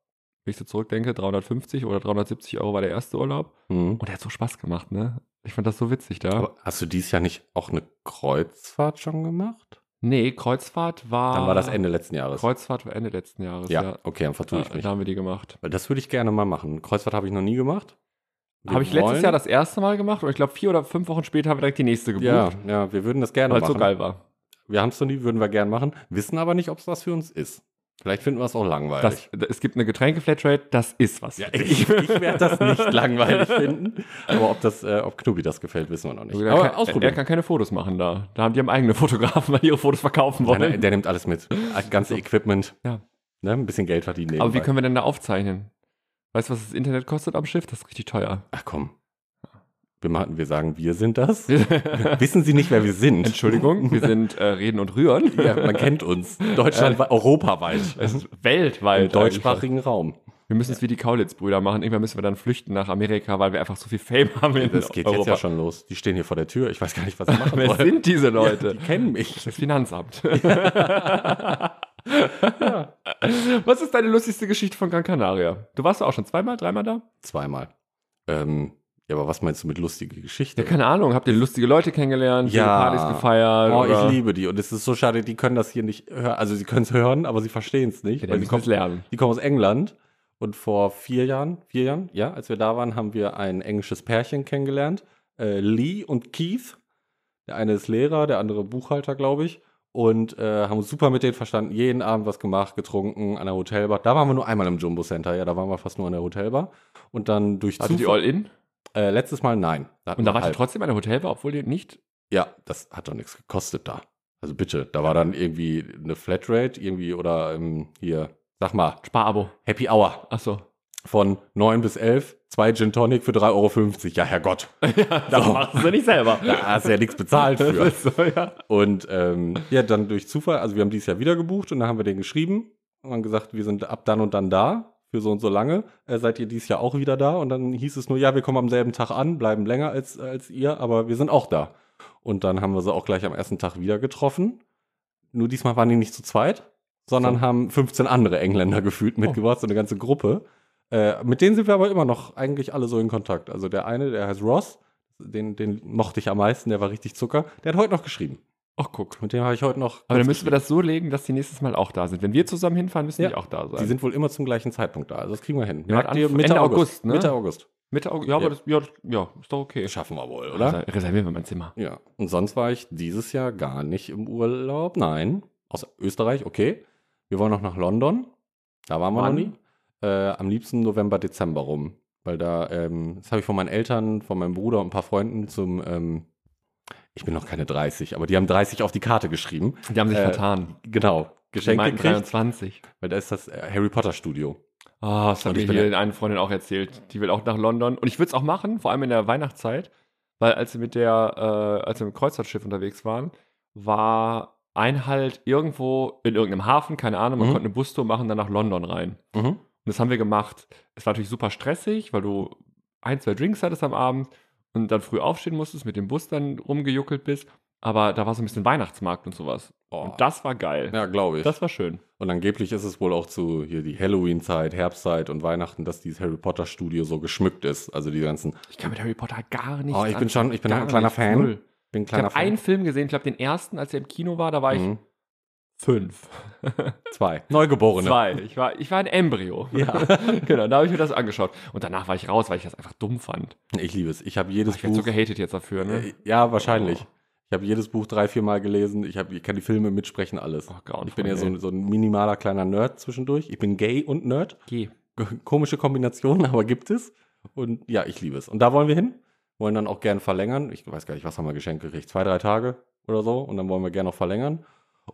wenn ich so zurückdenke, 350 oder 370 Euro war der erste Urlaub.
Mhm.
Und der hat so Spaß gemacht, ne? Ich fand das so witzig da.
Aber hast du dieses Jahr nicht auch eine Kreuzfahrt schon gemacht?
nee, Kreuzfahrt war.
Dann war das Ende letzten Jahres.
Ah. Kreuzfahrt war Ende letzten Jahres,
ja,
ja.
okay, dann vertue ich
Da,
mich.
da haben wir die gemacht.
Weil das würde ich gerne mal machen. Kreuzfahrt habe ich noch nie gemacht. Wir
Habe ich
wollen-
letztes Jahr das erste Mal gemacht und ich glaube, vier oder fünf Wochen später haben wir direkt die nächste gebucht,
Ja, ja, wir würden das gerne
weil es
machen.
so geil war.
Wir haben es noch nie, würden wir gerne machen, wissen aber nicht, ob es was für uns ist. Vielleicht finden wir es auch
Das,
langweilig.
es gibt eine Getränke-Flatrate, das ist was.
ja,
für dich.
ich, ich werde das nicht langweilig finden. Aber ob das, äh, ob Knubi das gefällt, wissen wir noch nicht.
Er
Aber
kann, er
ausprobieren.
kann keine Fotos machen da. Da haben die haben eigene Fotografen, weil die ihre Fotos verkaufen wollen.
der, der nimmt alles mit. Das ganze Equipment.
Ja.
Ne, ein bisschen Geld verdienen.
Aber wie
nebenbei.
können wir denn da aufzeichnen? Weißt du, was das Internet kostet am Schiff? Das ist richtig teuer.
Ach komm. Wir, machen, wir sagen, wir sind das. Wissen Sie nicht, wer wir sind?
Entschuldigung, wir sind äh, Reden und Rühren.
Ja, man kennt uns. Deutschland, europaweit.
Es ist halt
Im
weltweit. eigentlich.
deutschsprachigen Raum.
Wir müssen es wie die Kaulitz-Brüder machen. Irgendwann müssen wir dann flüchten nach Amerika, weil wir einfach so viel Fame haben in
Das geht jetzt
Europa.
ja schon los. Die stehen hier vor der Tür. Ich weiß gar nicht, was sie machen
Wer
wollen.
sind diese Leute?
Die kennen mich.
Das Finanzamt. Was ist deine lustigste Geschichte von Gran Canaria? Du warst doch auch schon zweimal, dreimal da?
Zweimal. Ähm, ja, aber was meinst du mit lustige Geschichte?
Ja, keine Ahnung. Habt ihr lustige Leute kennengelernt?
Ja.
viele Partys gefeiert?
oh,
oder?
ich liebe die. Und es ist so schade, die können das hier nicht hören. Also sie können es hören, aber sie verstehen es nicht.
Ja,
weil sie
dann müssen wir es
kommen,
lernen.
Die kommen aus England und vor vier Jahren, vier Jahren, ja, als wir da waren, haben wir ein englisches Pärchen kennengelernt. Äh, Lee und Keith. Der eine ist Lehrer, der andere Buchhalter, glaube ich. und äh, haben uns super mit denen verstanden, jeden Abend was gemacht, getrunken an der Hotelbar. Da waren wir nur einmal im Jumbo Center, ja, da waren wir fast nur an der Hotelbar. Und dann durch
Hattet ihr All-In?
äh, letztes Mal nein. Da hatten
Und da
wir
wart ihr
halb.
trotzdem an der Hotelbar, obwohl ihr nicht.
Ja, das hat doch nichts gekostet da. Also bitte, da war dann irgendwie eine Flatrate irgendwie oder ähm, hier, sag mal,
Sparabo.
Happy Hour
Achso.
von 9 bis 11, zwei Gin Tonic für 3,50 Euro. Ja, Herrgott,
Das machst du nicht selber.
da hast du ja nichts bezahlt für.
ist so, ja.
Und ähm, ja, dann durch Zufall, also wir haben dieses Jahr wieder gebucht und dann haben wir den geschrieben und haben gesagt, wir sind ab dann und dann da für so und so lange. Äh, seid ihr dieses Jahr auch wieder da? Und dann hieß es nur, ja, wir kommen am selben Tag an, bleiben länger als, als ihr, aber wir sind auch da. Und dann haben wir sie auch gleich am ersten Tag wieder getroffen. Nur diesmal waren die nicht zu zweit, sondern
So.
haben 15 andere Engländer gefühlt mitgebracht, so eine ganze Gruppe. Äh, mit denen sind wir aber immer noch eigentlich alle so in Kontakt. Also der eine, der heißt Ross, den, den mochte ich am meisten, der war richtig Zucker. Der hat heute noch geschrieben.
Ach, guck.
Mit dem habe ich heute noch.
Aber dann müssen wir das so legen, dass die nächstes Mal auch da sind. Wenn wir zusammen hinfahren, müssen
Ja.
die auch da sein.
die sind wohl immer zum gleichen Zeitpunkt da. Also das kriegen wir hin.
Ja,
Merkt ihr,
Anf-
Mitte
Ende
August.
August, ne?
Mitte August.
Mitte August. Ja, aber
Ja.
das, ja, das, ja, ist doch okay.
Schaffen wir wohl, oder?
Oder? Reservieren wir mein Zimmer.
Ja. Und sonst war ich dieses Jahr gar nicht im Urlaub. Nein. Aus Österreich, okay. Wir wollen noch nach London. Da waren wir
Wann?
noch nie. Äh, am liebsten November, Dezember rum. Weil da, ähm, das habe ich von meinen Eltern, von meinem Bruder und ein paar Freunden zum, ähm, ich bin noch keine 30, aber die haben 30 auf die Karte geschrieben.
Die haben sich
Äh,
vertan.
Genau.
Die
Geschenk
meinten
gekriegt,
23.
weil da ist das äh, Harry Potter Studio.
Ah, das hat
Und
mir
ich bin
hier eine Freundin auch erzählt. Die will auch nach London. Und ich würde es auch machen, vor allem in der Weihnachtszeit, weil als wir mit der, äh, als wir mit dem Kreuzfahrtschiff unterwegs waren, war ein halt irgendwo in irgendeinem Hafen, keine Ahnung, man
Mhm.
konnte eine Bustour machen, dann nach London rein. Und
Mhm.
das haben wir gemacht. Es war natürlich super stressig, weil du ein, zwei Drinks hattest am Abend und dann früh aufstehen musstest, mit dem Bus dann rumgejuckelt bist. Aber da war so ein bisschen Weihnachtsmarkt und sowas.
Oh.
Und das war geil.
Ja, glaube ich.
Das war schön.
Und angeblich ist es wohl auch zu hier die Halloween-Zeit, Herbstzeit und Weihnachten, dass dieses Harry Potter-Studio so geschmückt ist. Also die ganzen.
Ich kann mit Harry Potter gar nicht.
Oh, ich bin schon, ich bin ein kleiner Fan. Bin ein
Ich
kleiner
habe einen Film gesehen, ich glaube den ersten, als er im Kino war, da war ich
Mhm.
fünf.
Zwei. Neugeborene.
Zwei. Ich war, ich war ein Embryo.
Ja.
genau, da habe ich mir das angeschaut. Und danach war ich raus, weil ich das einfach dumm fand.
Ich liebe es. Ich habe jedes
Ich werde
Buch.
so gehatet jetzt dafür, ne?
äh, ja, wahrscheinlich.
Oh.
Ich habe jedes Buch drei, vier Mal gelesen. Ich, hab, ich kann die Filme mitsprechen, alles.
Oh, grauenvoll,
ich bin ja so,
ey.
ein- so ein minimaler kleiner Nerd zwischendurch. Ich bin gay und Nerd.
Geh.
komische Kombinationen, aber gibt es. Und ja, ich liebe es. Und da wollen wir hin. Wollen dann auch gerne verlängern. Ich weiß gar nicht, was haben wir geschenkt gekriegt? Zwei, drei Tage oder so. Und dann wollen wir gerne noch verlängern.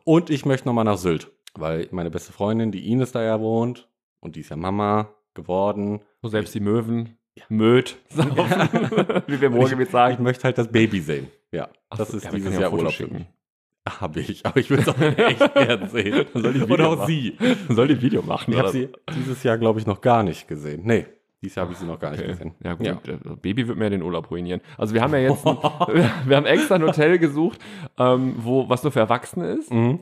Und ich möchte nochmal nach Sylt, weil meine beste Freundin, die Ines da ja wohnt und die ist ja Mama geworden.
So selbst die Möwen. Möd. Saufen. Wie wir im Ruhrgebiet
Ich
sagen.
möchte halt das Baby sehen. Ja,
Ach
das
so,
ist
ja, wir können
dieses
ja ein
Jahr
Foto
Urlaub für
schicken.
mich. Habe ich, aber ich will es auch echt gern sehen.
Dann soll ich
Und
Video
auch
machen.
sie.
Soll ich ein Video machen?
Ich habe
oder?
sie dieses Jahr, glaube ich, noch gar nicht gesehen. Nee, dieses Jahr habe ich sie noch gar nicht
Okay.
gesehen.
Ja, gut. Äh, Baby wird mir ja den Urlaub ruinieren. Also, wir haben ja jetzt, ein, wir haben extra ein Hotel gesucht, ähm, wo, was nur für Erwachsene ist.
Mhm.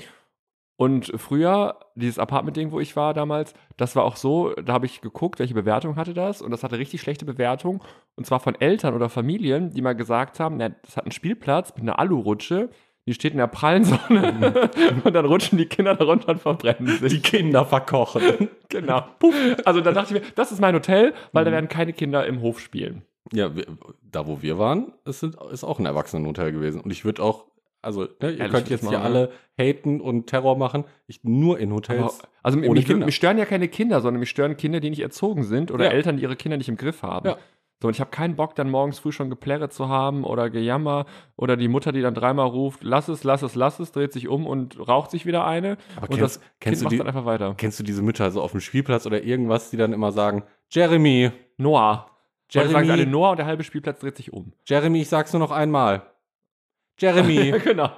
Und früher, dieses Apartment-Ding, wo ich war damals, das war auch so, da habe ich geguckt, welche Bewertung hatte das. Und das hatte richtig schlechte Bewertung. Und zwar von Eltern oder Familien, die mal gesagt haben, na, das hat einen Spielplatz mit einer Alurutsche, die steht in der prallen Sonne. und dann rutschen die Kinder darunter und verbrennen sich.
Die Kinder verkochen.
genau. Puff. Also da dachte ich mir, das ist mein Hotel, weil da werden keine Kinder im Hof spielen.
Ja, wir, da wo wir waren, es sind, ist auch ein Erwachsenenhotel gewesen. Und ich würde auch, also ne, ihr
Ehrlich,
könnt jetzt
jetzt
hier
mal,
alle haten und Terror machen. Ich nur in
Aber,
Hotels.
also
ohne
mich,
Kinder.
mich stören ja keine Kinder, sondern mich stören Kinder, die nicht erzogen sind oder
Ja.
Eltern, die ihre Kinder nicht im Griff haben.
Ja.
So, und ich habe keinen Bock, dann morgens früh schon geplärre zu haben oder Gejammer oder die Mutter, die dann dreimal ruft, lass es, lass es, lass es, dreht sich um und raucht sich wieder eine.
Aber
und
kennst-
das
kennst
Kind
du
macht
die-
dann einfach weiter.
Kennst du diese Mütter so auf dem Spielplatz oder irgendwas, die dann immer sagen, Jeremy,
Noah. Jeremy. Sagen sie alle
Jeremy,
Noah und der halbe Spielplatz dreht sich um.
Jeremy, ich sag's nur noch einmal. Jeremy,
genau.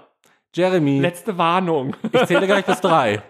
Jeremy,
Letzte Warnung.
ich zähle gleich bis drei.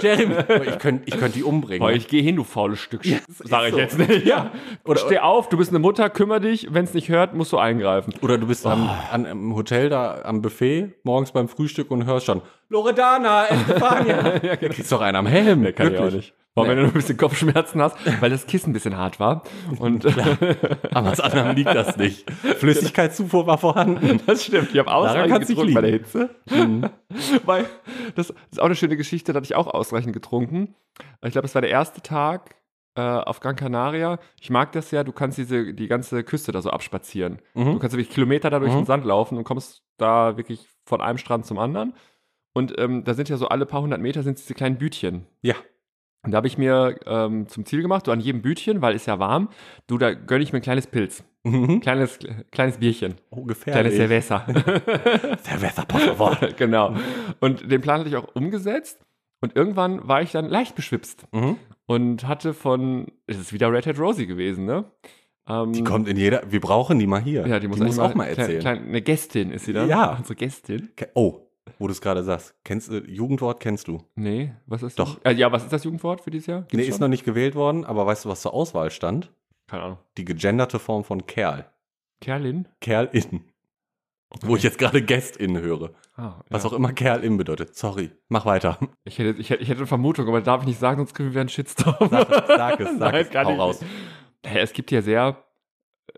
Jeremy, ich könnte ich könnt die umbringen.
Boah, ich gehe hin, du faules Stück.
Ja,
Sage
ist
Sag ich
so.
jetzt nicht. Ja.
Oder-
Steh auf, du bist eine Mutter, kümmere dich. Wenn es nicht hört, musst du eingreifen.
Oder du bist am,
Oh.
an, im Hotel da am Buffet, morgens beim Frühstück und hörst schon, Loredana, Estefania. ja, genau. Da kriegst doch einen am Helm. Der
Kann ich auch nicht. Vor allem, wenn du ein bisschen Kopfschmerzen hast, weil das Kissen ein bisschen hart war. Und
An was anderem liegt das nicht. Flüssigkeitszufuhr war vorhanden.
das stimmt, ich habe
Daran
ausreichend
kann's nicht
getrunken bei der
liegen.
Hitze. Weil das ist auch eine schöne Geschichte, da hatte ich auch ausreichend getrunken. Ich glaube, es war der erste Tag äh, auf Gran Canaria. Ich mag das ja, du kannst diese, die ganze Küste da so abspazieren. Du kannst wirklich Kilometer da durch
Mhm.
den Sand laufen und kommst da wirklich von einem Strand zum anderen. Und ähm, da sind ja so alle paar hundert Meter sind diese kleinen Bütchen.
Ja.
Und da habe ich mir ähm, zum Ziel gemacht, so an jedem Bütchen, weil ist ja warm, du, da gönne ich mir ein kleines Pilz.
Mhm.
Kleines, kleines Bierchen.
Oh,
Kleines
gefährlich.
Cerveza.
Cerveza, por favor.
genau. Und den Plan hatte ich auch umgesetzt. Und irgendwann war ich dann leicht beschwipst
mhm.
und hatte von, es ist wieder Red Hat Rosie gewesen, ne? Ähm,
Die kommt in jeder, wir brauchen die mal hier.
ja, die muss, eigentlich
auch mal
klein-
erzählen.
Klein, eine Gästin ist sie da.
Ja.
Unsere Gästin.
Ke- Oh, wo du es gerade sagst. Kennst du, Jugendwort kennst du.
Nee, was ist
Doch.
das? Äh, ja, was ist das Jugendwort für dieses Jahr? Gibt's
nee,
schon?
ist noch nicht gewählt worden, aber weißt du, was zur Auswahl stand?
Keine Ahnung.
Die gegenderte Form von Kerl.
Kerlin?
Kerlin. Wo ich jetzt gerade Guest-In höre.
Ah,
Was
ja.
auch immer Kerlin bedeutet. Sorry, mach weiter.
Ich hätte, ich hätte, ich hätte eine Vermutung, aber darf ich nicht sagen, sonst kriegen wir einen Shitstorm.
Sag es, sag es, sag
Nein,
es.
kann
Hau
ich
raus.
nicht. Naja, es gibt ja sehr äh,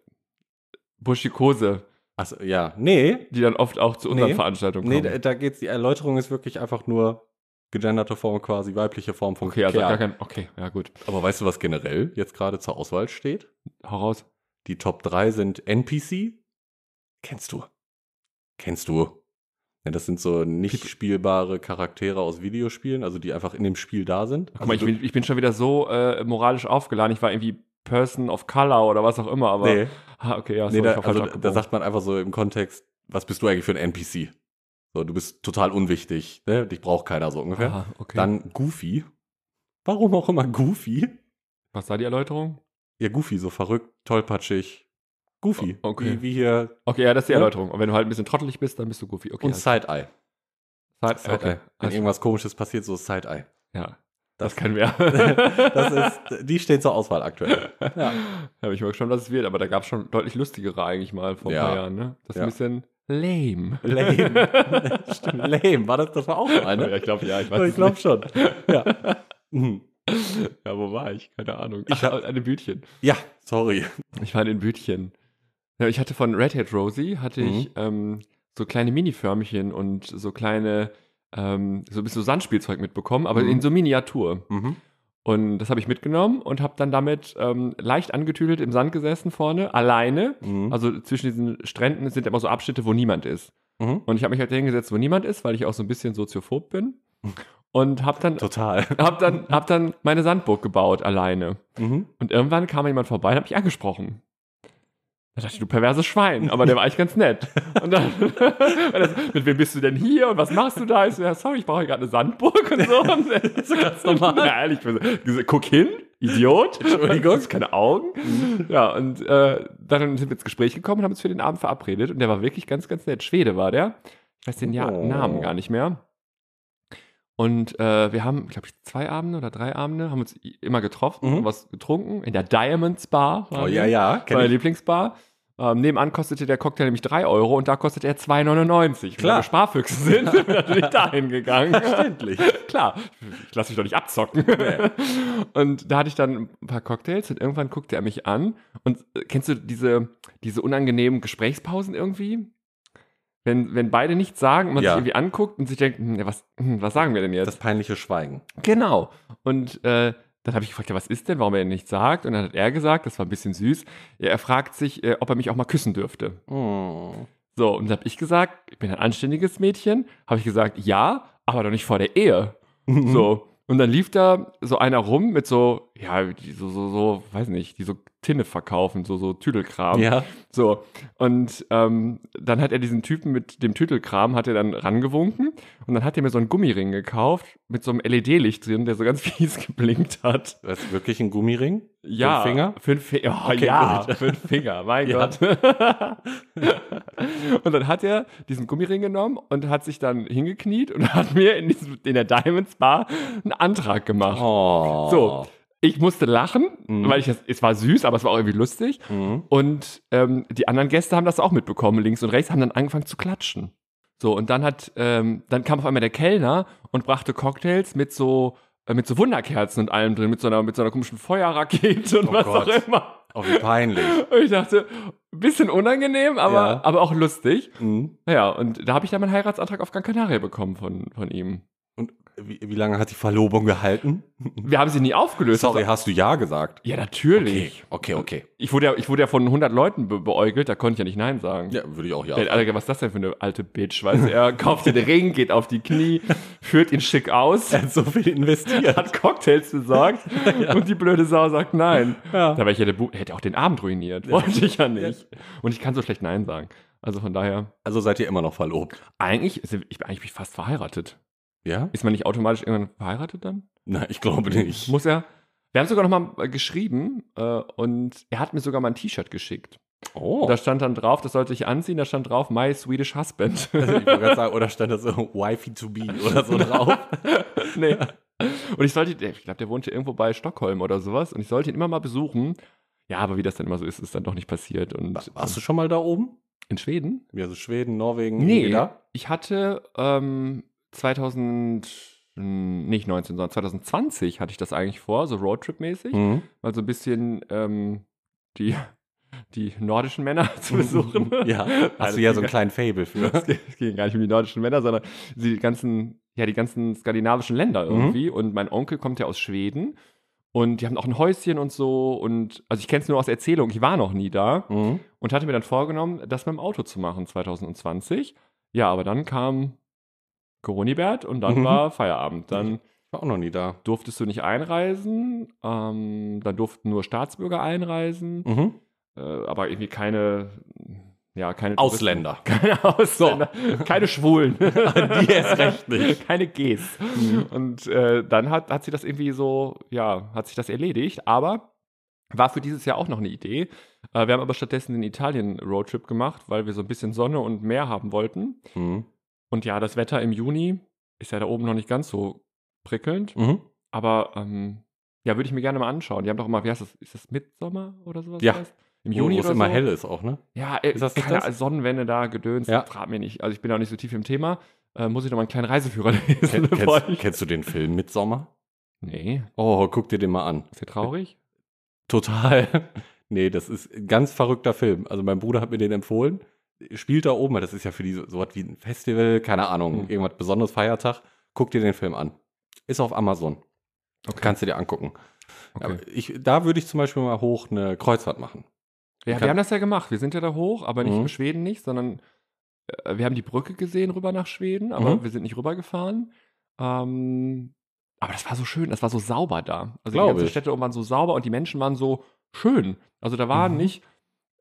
Burschikose,
Achso, ja. Nee,
die dann oft auch zu unseren
Nee.
Veranstaltungen
nee,
kommen.
da, da geht's, die Erläuterung ist wirklich einfach nur gegenderte Form, quasi weibliche Form von
okay, also
Kerl.
gar kein, okay, ja gut.
Aber weißt du, was generell jetzt gerade zur Auswahl steht?
Hau raus.
Die Top 3 sind NPC. Kennst du. Kennst du. Ja, das sind so nicht spielbare Charaktere aus Videospielen, also die einfach in dem Spiel da sind.
Guck mal, ich
Also
bin, ich bin schon wieder so äh, moralisch aufgeladen. Ich war irgendwie Person of Color oder was auch immer,
du-
aber.
nee,
Ah, okay, ja,
nee
sorry,
da,
ich war falsch
also, da
abgebogen.
sagt man einfach so im Kontext, was bist du eigentlich für ein NPC? So, du bist total unwichtig, ne? dich braucht keiner so ungefähr.
Ah, okay.
Dann Goofy. Warum auch immer Goofy?
was war die Erläuterung?
Ja, Goofy, so verrückt, tollpatschig. Goofy.
O- okay.
Wie, wie hier.
Okay, ja, das ist die
Ja.
Erläuterung. Und wenn du halt ein bisschen trottelig bist, dann bist du goofy. Okay,
Und
alles-
Side-Eye. Side-Eye.
okay.
Wenn
alles-
irgendwas komisches passiert, so ist Side-Eye.
Ja, das,
Das-
kann wer.
Das ist, die stehen zur Auswahl aktuell. Ja.
Da bin ich mal gespannt, was es wird, aber da gab es schon deutlich lustigere eigentlich mal vor ein
Ja.
paar Jahren, ne? Das ist
Ja.
ein bisschen lame.
Lame. Stimmt, lame. War das, das war auch so
Ja,
eine?
ich glaube, ja, ich weiß
ich
es
glaube schon. Ja. Mhm.
nicht. Ja, wo war ich? Keine Ahnung.
Ich
Ach, an den Bütchen.
ja, sorry.
Ich war in den Bütchen. Ja, ich hatte von Red Hat Rosie, hatte ich ähm, so kleine Mini-Förmchen und so kleine, ähm, so ein bisschen so Sandspielzeug mitbekommen, aber
Mhm.
in so Miniatur.
Mhm.
Und das habe ich mitgenommen und habe dann damit ähm, leicht angetüdelt im Sand gesessen vorne, alleine.
Mhm.
Also zwischen diesen Stränden sind immer so Abschnitte, wo niemand ist.
mhm.
Und ich habe mich halt hingesetzt, wo niemand ist, weil ich auch so ein bisschen soziophob bin.
Mhm.
Und habe dann,
Total.
hab dann, hab dann meine Sandburg gebaut, alleine.
Mhm.
Und irgendwann kam jemand vorbei und hat mich angesprochen. Da dachte ich, du perverses Schwein, aber der war eigentlich ganz nett. Und dann, und das, mit wem bist du denn hier und was machst du da? Ich so, ja, sorry, ich brauche hier gerade eine Sandburg und so. Und das ist ganz
normal.
Na, ehrlich, ich bin so, guck hin, Idiot.
Entschuldigung.
Hast keine Augen. Ja, und äh, dann sind wir ins Gespräch gekommen und haben uns für den Abend verabredet. Und der war wirklich ganz, ganz nett. Schwede war der. Ich weiß den ja
Oh.
Namen gar nicht mehr. Und äh, wir haben, glaube ich, zwei Abende oder drei Abende, haben uns i- immer getroffen,
Mhm.
haben was getrunken, in der Diamonds Bar. waren
Oh ja,
wir.
ja.
Meine
Kenn ich.
Lieblingsbar. Ähm, nebenan kostete der Cocktail nämlich 3 Euro und da kostet er 2,99. Wenn
Klar.
wir Sparfüchse sind, sind wir natürlich dahin gegangen.
Verständlich.
Klar, ich lasse mich doch nicht abzocken.
Nee.
Und da hatte ich dann ein paar Cocktails und irgendwann guckte er mich an. Und äh, kennst du diese, diese unangenehmen Gesprächspausen irgendwie? Wenn, wenn beide nichts sagen, und man
Ja.
sich irgendwie anguckt und sich denkt, hm, ja, was, hm, was sagen wir denn jetzt?
Das peinliche Schweigen.
Genau. Und äh, dann habe ich gefragt, ja, was ist denn, warum er denn nichts sagt? Und dann hat er gesagt, das war ein bisschen süß, ja, er fragt sich, äh, ob er mich auch mal küssen dürfte.
Mhm.
So, und dann habe ich gesagt, ich bin ein anständiges Mädchen. Habe ich gesagt, ja, aber doch nicht vor der Ehe.
Mhm.
So. Und dann lief da so einer rum mit so, ja, die so, so, so, weiß nicht, die so Tinne verkaufen, so, so Tüdelkram.
Ja.
So, und ähm, dann hat er diesen Typen mit dem Tüdelkram, hat er dann rangewunken und dann hat er mir so einen Gummiring gekauft mit so einem LED-Licht drin, der so ganz fies geblinkt hat.
Das ist wirklich ein Gummiring?
Ja.
Für den Finger?
Für den Fi oh,
Okay,
ja,
gut.
für den Finger, mein
Ja.
Gott. und dann hat er diesen Gummiring genommen und hat sich dann hingekniet und hat mir in, diesem, in der Diamonds Bar einen Antrag gemacht.
Oh.
So. Ich musste lachen,
Mhm.
weil ich das, es war süß, aber es war auch irgendwie lustig.
Mhm.
Und ähm, die anderen Gäste haben das auch mitbekommen, links und rechts, haben dann angefangen zu klatschen. So, und dann hat, ähm, dann kam auf einmal der Kellner und brachte Cocktails mit so, äh, mit so Wunderkerzen und allem drin, mit so einer, mit so einer komischen Feuerrakete und
Oh
was
Gott.
auch immer.
Oh, wie peinlich.
Und ich dachte, ein bisschen unangenehm, aber,
Ja.
aber auch lustig.
Mhm.
Ja, und da habe ich dann meinen Heiratsantrag auf Gran Canaria bekommen von, von ihm.
Und wie, wie lange hat die Verlobung gehalten?
Wir haben sie nie aufgelöst.
Sorry, hast du ja gesagt?
Ja, natürlich.
Okay, okay.
Ich, wurde ja, ich wurde ja von 100 Leuten be beäugelt, da konnte ich ja nicht Nein sagen.
Ja, würde ich auch ja.
Ey, Alter, was ist das denn für eine alte Bitch? Weißt du, er kauft den Ring, geht auf die Knie, führt ihn schick aus,
Er hat so viel investiert.
hat Cocktails besorgt und die blöde Sau sagt Nein.
Ja.
Dabei ich hätte, bu- hätte auch den Abend ruiniert. Wollte ich ja nicht. Und ich kann so schlecht Nein sagen. Also von daher,
Also seid ihr immer noch verlobt?
eigentlich, sind- ich bin eigentlich bin ich fast verheiratet.
Ja?
Ist man nicht automatisch irgendwann verheiratet dann?
Nein, ich glaube nicht.
Muss er. Wir haben sogar nochmal geschrieben äh, und er hat mir sogar mal ein T-Shirt geschickt.
Oh.
Da stand dann drauf, das sollte ich anziehen, da stand drauf My Swedish Husband.
Also ich wollte gerade sagen, oder stand da so Wifey to be oder so drauf?
nee. Und ich sollte, ich glaube, der wohnte irgendwo bei Stockholm oder sowas und ich sollte ihn immer mal besuchen. Ja, aber wie das dann immer so ist, ist dann doch nicht passiert. Und
Warst du schon mal da oben?
in Schweden?
Ja, so Schweden, Norwegen, irgendwie
Nee,
da?
ich hatte ähm, 2000, mh, nicht 19, sondern 2020 hatte ich das eigentlich vor, so Roadtrip-mäßig.
Mhm.
mal so ein bisschen ähm, die, die nordischen Männer zu besuchen.
Ja, hast du ja so einen
ein
kleinen Fable für.
es ging- es ging gar nicht um die nordischen Männer, sondern die ganzen, ja, die ganzen skandinavischen Länder
Mhm.
irgendwie. Und mein Onkel kommt ja aus Schweden und die haben auch ein Häuschen und so. Und also ich kenne es nur aus Erzählung, ich war noch nie da
Mhm.
und hatte mir dann vorgenommen, das mit dem Auto zu machen 2020. Ja, aber dann kam Coronibert und dann
Mhm.
war Feierabend. Dann
Ich war auch noch nie da.
durftest du nicht einreisen, ähm, dann durften nur Staatsbürger einreisen,
Mhm.
äh, aber irgendwie keine, ja, keine Touristen.
Ausländer.
Keine Ausländer, keine Schwulen. Die
erst recht nicht. Mhm.
Keine Gs. Und äh, dann hat, hat sie das irgendwie so, ja, hat sich das erledigt, aber war für dieses Jahr auch noch eine Idee. Äh, wir haben aber stattdessen den Italien-Roadtrip gemacht, weil wir so ein bisschen Sonne und Meer haben wollten.
Mhm.
Und ja, das Wetter im Juni ist ja da oben noch nicht ganz so prickelnd.
Mhm.
Aber ähm, ja, würde ich mir gerne mal anschauen. Die haben doch immer, wie heißt das? Ist das Mitsommer oder sowas?
Ja.
heißt?
Im
Im Juni
Juni, wo
oder
es immer
so?
hell ist auch, ne?
Ja, äh,
Ist das nicht
keine
das?
Sonnenwende da gedönst.
Ja.
Frag mir nicht. Also ich bin auch nicht so tief im Thema. Äh, muss ich noch mal einen kleinen Reiseführer lesen?
Ken,
bevor
kennst,
ich-
kennst du den Film Midsommer?
Nee.
Oh, guck dir den mal an.
Ist der traurig?
Total. Nee, das ist ein ganz verrückter Film. Also mein Bruder hat mir den empfohlen. Spielt da oben, weil das ist ja für die so, so was wie ein Festival, keine Ahnung,
Mhm.
irgendwas besonderes Feiertag. Guck dir den Film an. Ist auf Amazon. Kannst du dir angucken.
Okay.
Aber ich, da würde ich zum Beispiel mal hoch eine Kreuzfahrt machen.
Ja, wir
kann-
haben das ja gemacht. Wir sind ja da hoch, aber nicht
Mhm.
in Schweden nicht, sondern äh, wir haben die Brücke gesehen rüber nach Schweden, aber
Mhm.
wir sind nicht rübergefahren. Ähm, aber das war so schön, das war so sauber da. Also
Glaub
die ganzen
ich.
Städte oben waren so sauber und die Menschen waren so schön. Also da waren
Mhm.
nicht,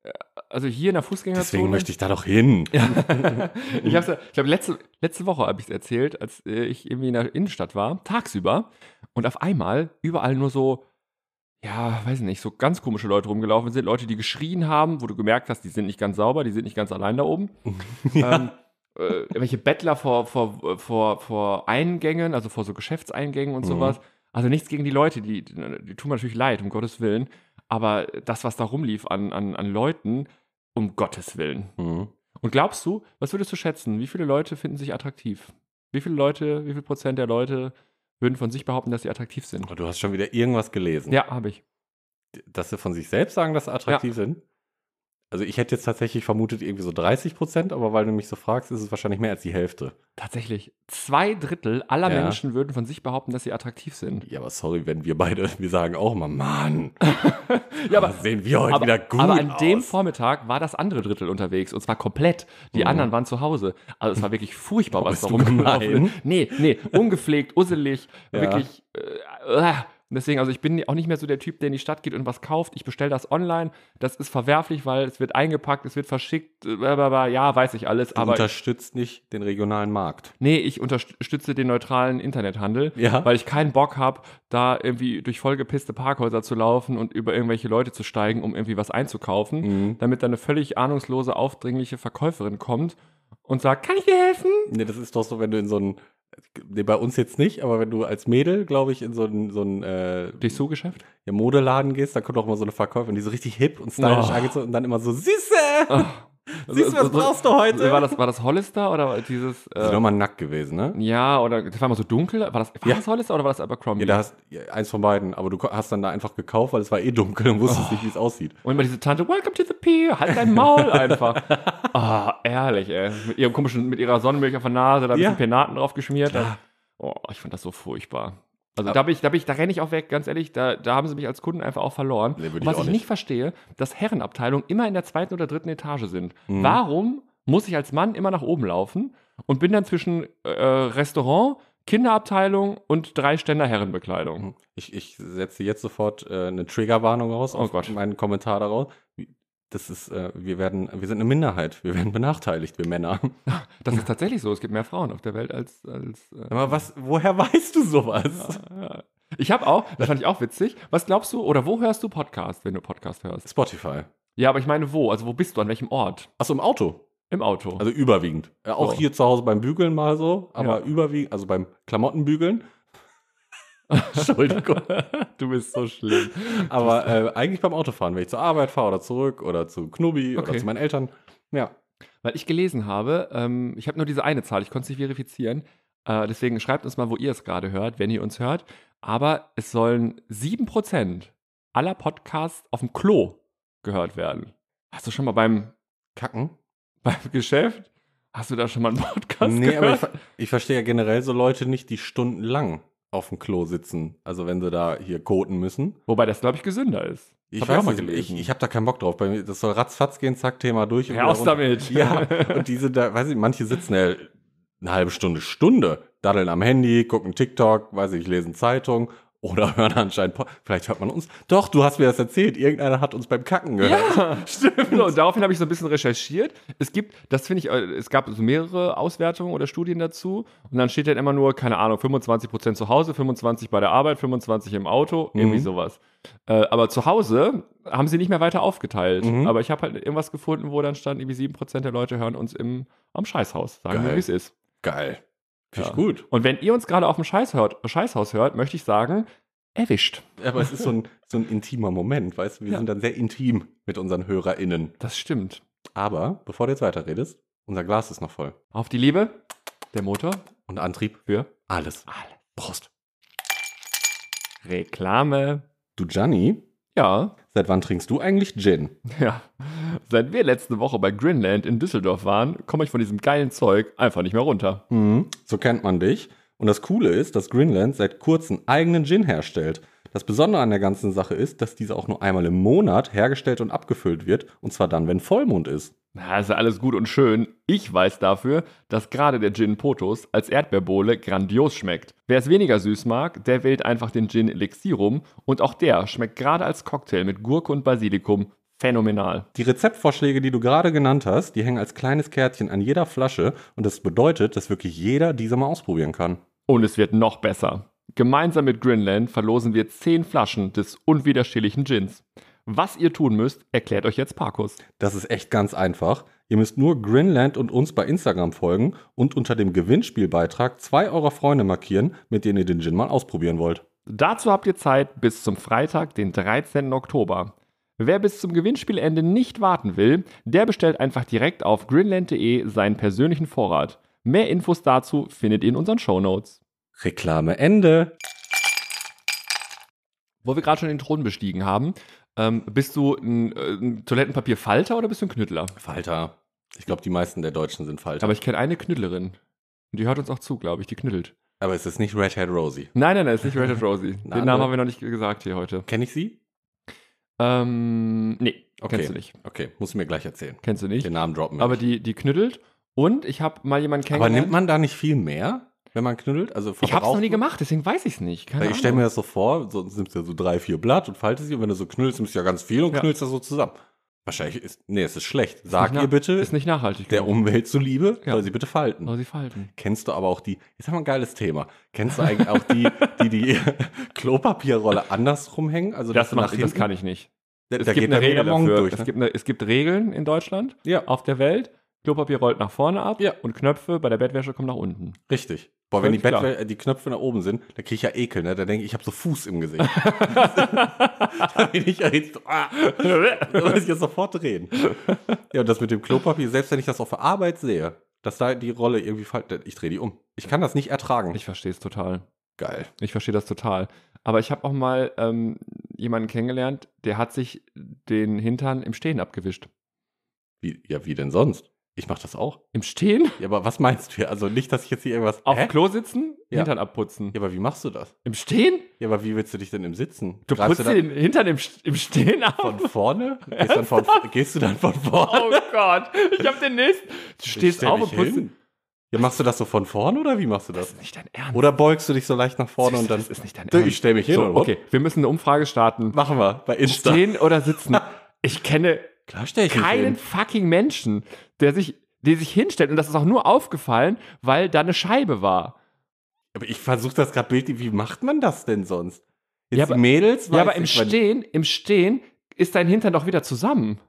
äh, also hier in der Fußgängerzone.
Deswegen möchte ich da doch hin.
Ja. ich hab's, ja- ich glaube, letzte, letzte Woche habe ich es erzählt, als äh, ich irgendwie in der Innenstadt war, tagsüber. Und auf einmal überall nur so, ja, weiß nicht, so ganz komische Leute rumgelaufen sind. Leute, die geschrien haben, wo du gemerkt hast, die sind nicht ganz sauber, die sind nicht ganz allein da oben. Ähm, äh, irgendwelche Bettler vor, vor, vor, vor Eingängen, also vor so Geschäftseingängen und
Mhm.
sowas. Also nichts gegen die Leute, die, die tun mir natürlich leid, um Gottes Willen. Aber das, was da rumlief an, an, an Leuten, um Gottes Willen.
Mhm.
Und glaubst du, was würdest du schätzen? Wie viele Leute finden sich attraktiv? Wie viele Leute, wie viel Prozent der Leute würden von sich behaupten, dass sie attraktiv sind?
Aber Du hast schon wieder irgendwas gelesen.
Ja, habe ich.
Dass sie von sich selbst sagen, dass sie attraktiv sind. Also ich hätte jetzt tatsächlich vermutet irgendwie so 30 Prozent, aber weil du mich so fragst, ist es wahrscheinlich mehr als die Hälfte.
Tatsächlich. Zwei Drittel aller
Ja.
Menschen würden von sich behaupten, dass sie attraktiv sind.
Ja, aber sorry, wenn wir beide, wir sagen auch mal, Mann,
Ja,
aber sehen wir heute
aber,
wieder gut
aber an
aus.
dem Vormittag war das andere Drittel unterwegs und zwar komplett. Die
Mhm.
anderen waren zu Hause. Also es war wirklich furchtbar, was
bist
da
du
rumgelaufen
gemein.
ist. Nee, nee, ungepflegt, usselig,
Ja.
wirklich. Äh, äh. Und Deswegen, also ich bin auch nicht mehr so der Typ, der in die Stadt geht und was kauft. Ich bestelle das online. Das ist verwerflich, weil es wird eingepackt, es wird verschickt. äh, blablabla. Ja, weiß ich alles.
Du
aber
unterstützt nicht den regionalen Markt.
nee, ich unterstütze den neutralen Internethandel
Ja.
weil ich keinen Bock habe, da irgendwie durch vollgepisste Parkhäuser zu laufen und über irgendwelche Leute zu steigen, um irgendwie was einzukaufen,
Mhm.
damit da eine völlig ahnungslose, aufdringliche Verkäuferin kommt und sagt, kann ich dir helfen?
Nee, das ist doch so, wenn du in so ein, nee, bei uns jetzt nicht, aber wenn du als Mädel, glaube ich, in so ein, so ein äh,
Dessous-Geschäft?
ja, Modeladen gehst, da kommt auch immer so eine Verkäuferin, die so richtig hip und stylisch
Oh.
angezogen und dann immer so, Süße!
Also,
Siehst du, was
so- so-
brauchst du heute?
War das, war das Hollister oder war dieses...
sind
Äh,
doch mal nackt gewesen, ne?
ja, oder das war mal so dunkel. War das, war
Ja.
das Hollister oder war das Abercrombie?
Ja, da hast ja, eins von beiden, aber du ko- hast dann da einfach gekauft, weil es war eh dunkel und wusstest
Oh.
nicht, wie es aussieht.
und immer diese Tante, welcome to the pier, halt dein Maul einfach. Ah, ehrlich, ey. Mit ihrem komischen, mit ihrer Sonnenmilch auf der Nase, da ein
Ja.
bisschen Penaten drauf geschmiert. Oh, ich fand das so furchtbar. Also da, bin ich, da, bin ich, da renne ich auch weg, ganz ehrlich, da, da haben sie mich als Kunden einfach auch verloren.
Nee, würde
Und
ich
was
auch
ich
nicht.
nicht verstehe, dass Herrenabteilungen immer in der zweiten oder dritten Etage sind.
Mhm.
Warum muss ich als Mann immer nach oben laufen und bin dann zwischen äh, Restaurant, Kinderabteilung und drei Ständer Herrenbekleidung?
Ich, ich setze jetzt sofort äh, eine Triggerwarnung raus
Oh
auf
Gott.
meinen Kommentar daraus. Das ist, äh, wir werden, wir sind eine Minderheit, wir werden benachteiligt, wir Männer.
Das ist tatsächlich so, es gibt mehr Frauen auf der Welt als... als äh,
Aber was, woher weißt du sowas?
ja. ich habe auch, das fand ich auch witzig, was glaubst du oder wo hörst du Podcast, wenn du Podcast hörst?
Spotify.
Ja, aber ich meine wo, also wo bist du, an welchem Ort?
Achso, im Auto.
Im Auto.
Also überwiegend. Äh, auch
So.
hier zu Hause beim Bügeln mal so, aber
Ja.
überwiegend, also beim Klamottenbügeln. Entschuldigung.
du bist so schlimm.
Aber äh, eigentlich beim Autofahren, wenn ich zur Arbeit fahre oder zurück oder zu Knubi oder
Okay.
zu meinen Eltern. Ja.
Weil ich gelesen habe, ähm, ich habe nur diese eine Zahl, ich konnte es nicht verifizieren. Äh, deswegen schreibt uns mal, wo ihr es gerade hört, wenn ihr uns hört. Aber es sollen 7% aller Podcasts auf dem Klo gehört werden. Hast du schon mal beim,
Kacken?
beim Geschäft? Hast du da schon mal einen Podcast
nee, aber ich,
gehört?
ver- ich verstehe ja generell so Leute nicht, die stundenlang auf dem Klo sitzen. Also wenn sie da hier koten müssen.
Wobei das, glaube ich, gesünder ist.
Ich
Hab
weiß
auch mal
nicht,
gelesen.
Ich, ich habe da keinen Bock drauf. Bei mir, das soll ratzfatz gehen, zack, Thema durch. und wieder
Raus
runter.
damit.
Ja, und diese da, weiß ich, manche sitzen ja eine halbe Stunde, Stunde, daddeln am Handy, gucken TikTok, weiß ich, lesen Zeitung oder hören anscheinend, Po- vielleicht hört man uns. Doch, du hast mir das erzählt. Irgendeiner hat uns beim Kacken gehört.
Ja, stimmt. So, und daraufhin habe ich so ein bisschen recherchiert. Es gibt, das finde ich, äh, es gab so mehrere Auswertungen oder Studien dazu. Und dann steht dann immer nur, keine Ahnung, 25 Prozent zu Hause, 25 bei der Arbeit, 25 im Auto, irgendwie
Mhm.
sowas. Äh, aber zu Hause haben sie nicht mehr weiter aufgeteilt.
Mhm.
Aber ich habe halt irgendwas gefunden, wo dann stand, irgendwie 7 Prozent der Leute hören uns im, am Scheißhaus. Sagen wir,
Geil.
wie es ist.
Geil. Finde
Ja.
ich gut.
Und wenn ihr uns gerade auf dem Scheiß hört, Scheißhaus hört, möchte ich sagen, erwischt.
Aber es ist so ein, so ein intimer Moment, weißt du? Wir
Ja.
sind dann sehr intim mit unseren HörerInnen.
Das stimmt.
Aber bevor du jetzt weiterredest, unser Glas ist noch voll.
Auf die Liebe, der Motor
Und Antrieb,
für
alles. Prost.
Reklame.
Du, Gianni,
Ja,
seit wann trinkst du eigentlich Gin?
ja. Seit wir letzte Woche bei Greenland in Düsseldorf waren, komme ich von diesem geilen Zeug einfach nicht mehr runter.
Hm, so kennt man dich. Und das Coole ist, dass Greenland seit kurzem eigenen Gin herstellt. Das Besondere an der ganzen Sache ist, dass dieser auch nur einmal im Monat hergestellt und abgefüllt wird. Und zwar dann, wenn Vollmond ist.
Na, ist ja alles gut und schön. Ich weiß dafür, dass gerade der Gin Potos als Erdbeerbohle grandios schmeckt. Wer es weniger süß mag, der wählt einfach den Gin Elixirum und auch der schmeckt gerade als Cocktail mit Gurke und Basilikum phänomenal.
Die Rezeptvorschläge, die du gerade genannt hast, die hängen als kleines Kärtchen an jeder Flasche. Und das bedeutet, dass wirklich jeder diese mal ausprobieren kann.
Und es wird noch besser. Gemeinsam mit Greenland verlosen wir 10 Flaschen des unwiderstehlichen Gins. Was ihr tun müsst, erklärt euch jetzt Parkus.
Das ist echt ganz einfach. Ihr müsst nur Grinland und uns bei Instagram folgen und unter dem Gewinnspielbeitrag zwei eurer Freunde markieren, mit denen ihr den Gin mal ausprobieren wollt.
Dazu habt ihr Zeit bis zum Freitag, den 13. Oktober. Wer bis zum Gewinnspielende nicht warten will, der bestellt einfach direkt auf greenland.de seinen persönlichen Vorrat. Mehr Infos dazu findet ihr in unseren Shownotes.
Reklame Ende.
Wo wir gerade schon den Thron bestiegen haben, ähm, bist du ein, äh, ein Toilettenpapierfalter oder bist du ein Knüttler?
Falter. Ich glaube, die meisten der Deutschen sind Falter.
Aber ich kenne eine Knüttlerin. Und die hört uns auch zu, glaube ich, die knüttelt.
Aber es ist nicht Red Hat Rosie.
Nein, nein, nein, ist nicht Red Dead Rosie. Den
Eine
Namen haben wir noch nicht gesagt hier heute.
Kenne ich sie?
Ähm, nee,
Okay.
kennst du nicht.
Okay, muss mir gleich erzählen.
Kennst du nicht.
Den Namen droppen. wir
Aber
nicht.
die, die knüttelt. Und ich habe mal jemanden
Aber
kennengelernt.
nimmt man da nicht viel mehr, wenn man knuddelt? Also
ich habe es noch
verbraucht-
nie gemacht, deswegen weiß ich es nicht. Keine
Weil ich stelle
Ahnung.
mir das so vor, sonst nimmst du ja so drei, vier Blatt und faltest sie und wenn du so knüllst, nimmst du ja ganz viel und
Ja.
knüllst das so zusammen. Wahrscheinlich ist. Nee, es ist schlecht. Sag
nicht
ihr
nach-
bitte,
ist nicht nachhaltig.
der
genug.
Umwelt zuliebe,
Ja.
soll sie bitte falten.
Aber sie falten.
Kennst du aber auch die, jetzt haben wir ein geiles Thema. Kennst du eigentlich auch die, die die Klopapierrolle andersrum hängen? Also,
Das,
dass du
mach, das
hinten-
kann ich nicht.
Da,
Es
da
gibt
geht
eine Regel
Morgen
dafür.
durch.
es,
Ne?
gibt eine, es gibt Regeln in Deutschland,
ja,
auf der Welt. Klopapier rollt nach vorne ab
Ja.
und Knöpfe bei der Bettwäsche kommen nach unten.
richtig. Boah, wenn die,
Völlig klar.
Bettwäsche, die Knöpfe nach oben sind, da kriege ich ja Ekel, ne? Da denke ich, ich habe so Fuß im Gesicht. da bin ich ja jetzt, ah, Da muss ich jetzt sofort reden. Ja, und das mit dem Klopapier, selbst wenn ich das auf der Arbeit sehe, dass da die Rolle irgendwie faltet, ich drehe die um. Ich kann das nicht ertragen.
ich verstehe es total.
Geil.
Ich verstehe das total. Aber ich habe auch mal ähm, jemanden kennengelernt, der hat sich den Hintern im Stehen abgewischt.
Wie, ja, wie denn sonst? Ich mache das auch.
Im Stehen?
Ja, aber was meinst du hier? Also nicht, dass ich jetzt hier irgendwas.
Auf
Hä?
Klo sitzen?
Ja.
Hintern abputzen.
Ja, aber wie machst du das?
Im Stehen?
Ja, aber wie willst du dich denn im Sitzen?
Du
Greifst
putzt dir
dann
den Hintern im, St- im Stehen ab?
von vorne? Gehst, dann von, gehst du dann von vorne?
Oh Gott, ich hab den nächsten. Du
Ich
stehst
stell
auf
dich
und putzt.
hin. Ja, machst du das so von vorne oder wie machst du
Das
das?
ist nicht dein Ernst.
Oder beugst du dich so leicht nach vorne und dann.
das ist nicht dein
So,
Ernst.
ich stell mich hin.
so,
oder was?
okay, wir müssen eine Umfrage starten.
Machen wir bei Insta.
Stehen oder sitzen? Ich kenne
Klar stell ich mich
keinen
hin.
fucking Menschen, der sich, der sich hinstellt. Und das ist auch nur aufgefallen, weil da eine Scheibe war.
Aber ich versuche das gerade bildlich. Wie macht man das denn sonst? Jetzt
Ja, aber-
die Mädels?
Ja,
weiß
aber im
ich, weil-
Stehen, im Stehen ist dein Hintern doch wieder zusammen.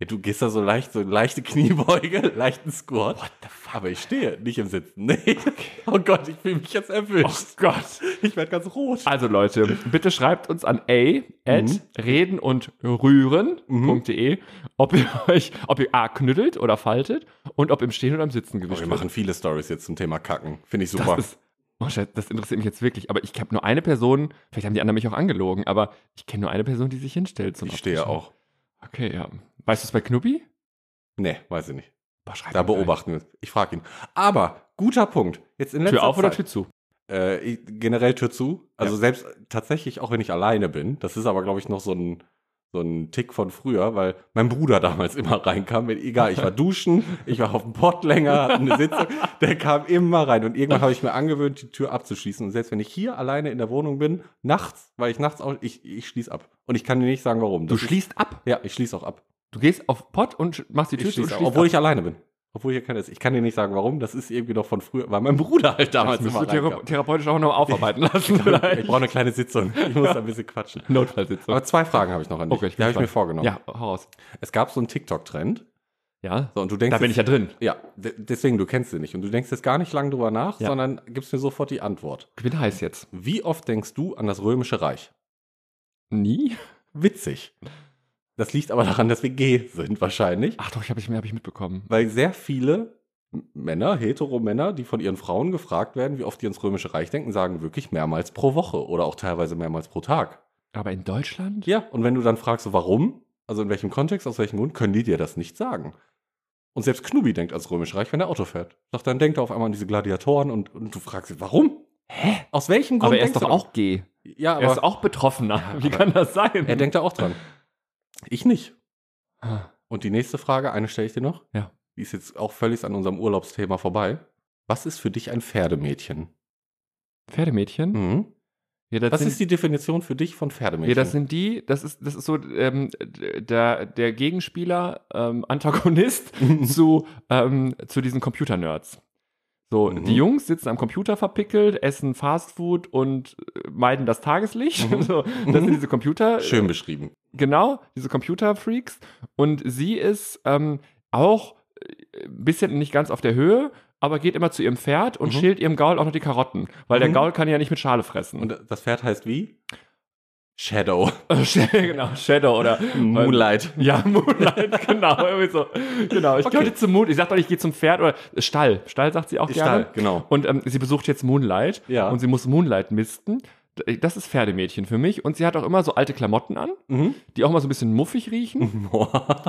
Ja, du gehst da so leicht, so leichte Kniebeuge, leichten Squat. What the fuck? Aber ich stehe, nicht im Sitzen. Nee. Oh Gott, ich fühle mich jetzt erwischt.
Oh Gott.
Ich werde ganz rot.
Also Leute, bitte schreibt uns an a
Mhm.
at reden und rühren.de, ob ihr euch, ob ihr A knüttelt oder faltet und ob im Stehen oder im Sitzen
Oh,
gewischt
wir
wird.
machen viele Stories jetzt zum Thema Kacken. Finde ich super.
Das ist, oh Scheiße, das interessiert mich jetzt wirklich. Aber ich habe nur eine Person, vielleicht haben die anderen mich auch angelogen, aber ich kenne nur eine Person, die sich hinstellt. Zum
ich stehe
Abwischen.
auch.
Okay, ja. Weißt du es bei Knuppi?
Nee, weiß ich nicht.
Boah, schreib
Da
mir gleich.
beobachten wir uns. Ich frage ihn. Aber, guter Punkt. Jetzt in letzter
Tür auf oder
Zeit.
Tür zu?
Äh, ich- generell Tür zu. Also
Ja.
selbst tatsächlich, auch wenn ich alleine bin, das ist aber, glaube ich, noch so ein, so ein Tick von früher, weil mein Bruder damals immer reinkam. Wenn- Egal, ich war duschen, ich war auf dem Pott länger, hatte eine Sitzung, der kam immer rein. Und irgendwann habe ich mir angewöhnt, die Tür abzuschließen. Und selbst wenn ich hier alleine in der Wohnung bin, nachts, weil ich nachts auch, ich, ich schließe ab. Und ich kann dir nicht sagen, warum.
Du
Das ist-
schließt ab.
Ja, ich schließe auch ab.
Du gehst auf Pott und sch- machst die Tür
Ich
zu und
schließe ab,
schließt
obwohl
ab.
ich alleine bin. Obwohl ich ja keiner ist. Ich kann dir nicht sagen, warum. Das ist irgendwie noch von früher, weil mein Bruder halt damals
das musst du
immer
thera
reinkam.
therapeutisch auch noch aufarbeiten lassen.
Ich brauche eine kleine Sitzung. Ich muss da ein bisschen quatschen.
Notfallsitzung.
Aber zwei Fragen habe ich noch an dich.
Okay, ich bin
die habe ich
gespannt.
mir vorgenommen.
Ja, hau raus.
Es gab so einen TikTok-Trend.
Ja,
So, und du denkst,
da bin ich ja drin.
ja, de- deswegen, du kennst sie nicht. Und du denkst jetzt gar nicht lange drüber nach,
Ja.
sondern gibst mir sofort die Antwort.
Ich bin heiß jetzt.
Wie oft denkst du an das Römische Reich?
Nie?
Witzig. Das liegt aber daran, dass wir G sind wahrscheinlich.
Ach doch, ich habe ich, hab ich mitbekommen.
Weil sehr viele M- Männer, Hetero-Männer, die von ihren Frauen gefragt werden, wie oft die ins Römische Reich denken, sagen wirklich mehrmals pro Woche oder auch teilweise mehrmals pro Tag.
Aber in Deutschland?
Ja, und wenn du dann fragst, so warum, also in welchem Kontext, aus welchem Grund, können die dir das nicht sagen. Und selbst Knubi denkt ans Römische Reich, wenn er Auto fährt. Doch dann denkt er auf einmal an diese Gladiatoren und, und du fragst ihn, warum? Hä? Aus welchem Grund?
Aber er ist
denkst
doch
du
auch G.
daran? Ja, aber
Er
er,
ist auch Betroffener. Wie
aber-
kann das sein?
denkt da auch dran. Ich nicht.
Ah,
Und die nächste Frage, eine stelle ich dir noch.
Ja.
Die ist jetzt auch völlig an unserem Urlaubsthema vorbei. Was ist für dich ein Pferdemädchen?
Pferdemädchen?
Mhm.
Ja, das
Was
sind-
ist die Definition für dich von Pferdemädchen?
Ja, das sind die, das ist, das ist so ähm, d- der, der Gegenspieler, ähm, Antagonist zu, ähm, zu diesen Computer-Nerds. So,
Mhm.
die Jungs sitzen am Computer verpickelt, essen Fastfood und äh, meiden das Tageslicht.
Mhm.
So, das
Mhm.
sind diese Computer,
Schön beschrieben.
genau, diese Computer-Freaks. Und sie ist ähm, auch äh, ein bisschen nicht ganz auf der Höhe, aber geht immer zu ihrem Pferd und
Mhm.
schält ihrem Gaul auch noch die Karotten, weil der
Mhm.
Gaul kann ja nicht mit Schale fressen.
Und das Pferd heißt wie? Shadow.
genau, Shadow oder
Moonlight.
Ja, Moonlight, genau. Irgendwie so. Genau, ich
Okay.
gehe heute zum Moon. Ich sag doch, ich gehe zum Pferd oder äh, Stall. Äh, Stall sagt sie auch gerne.
Stall, genau.
Und ähm, sie besucht jetzt Moonlight
Ja.
und sie muss Moonlight misten. D- äh, Das ist Pferdemädchen für mich. Und sie hat auch immer so alte Klamotten an,
Mhm.
die auch immer so ein bisschen muffig riechen.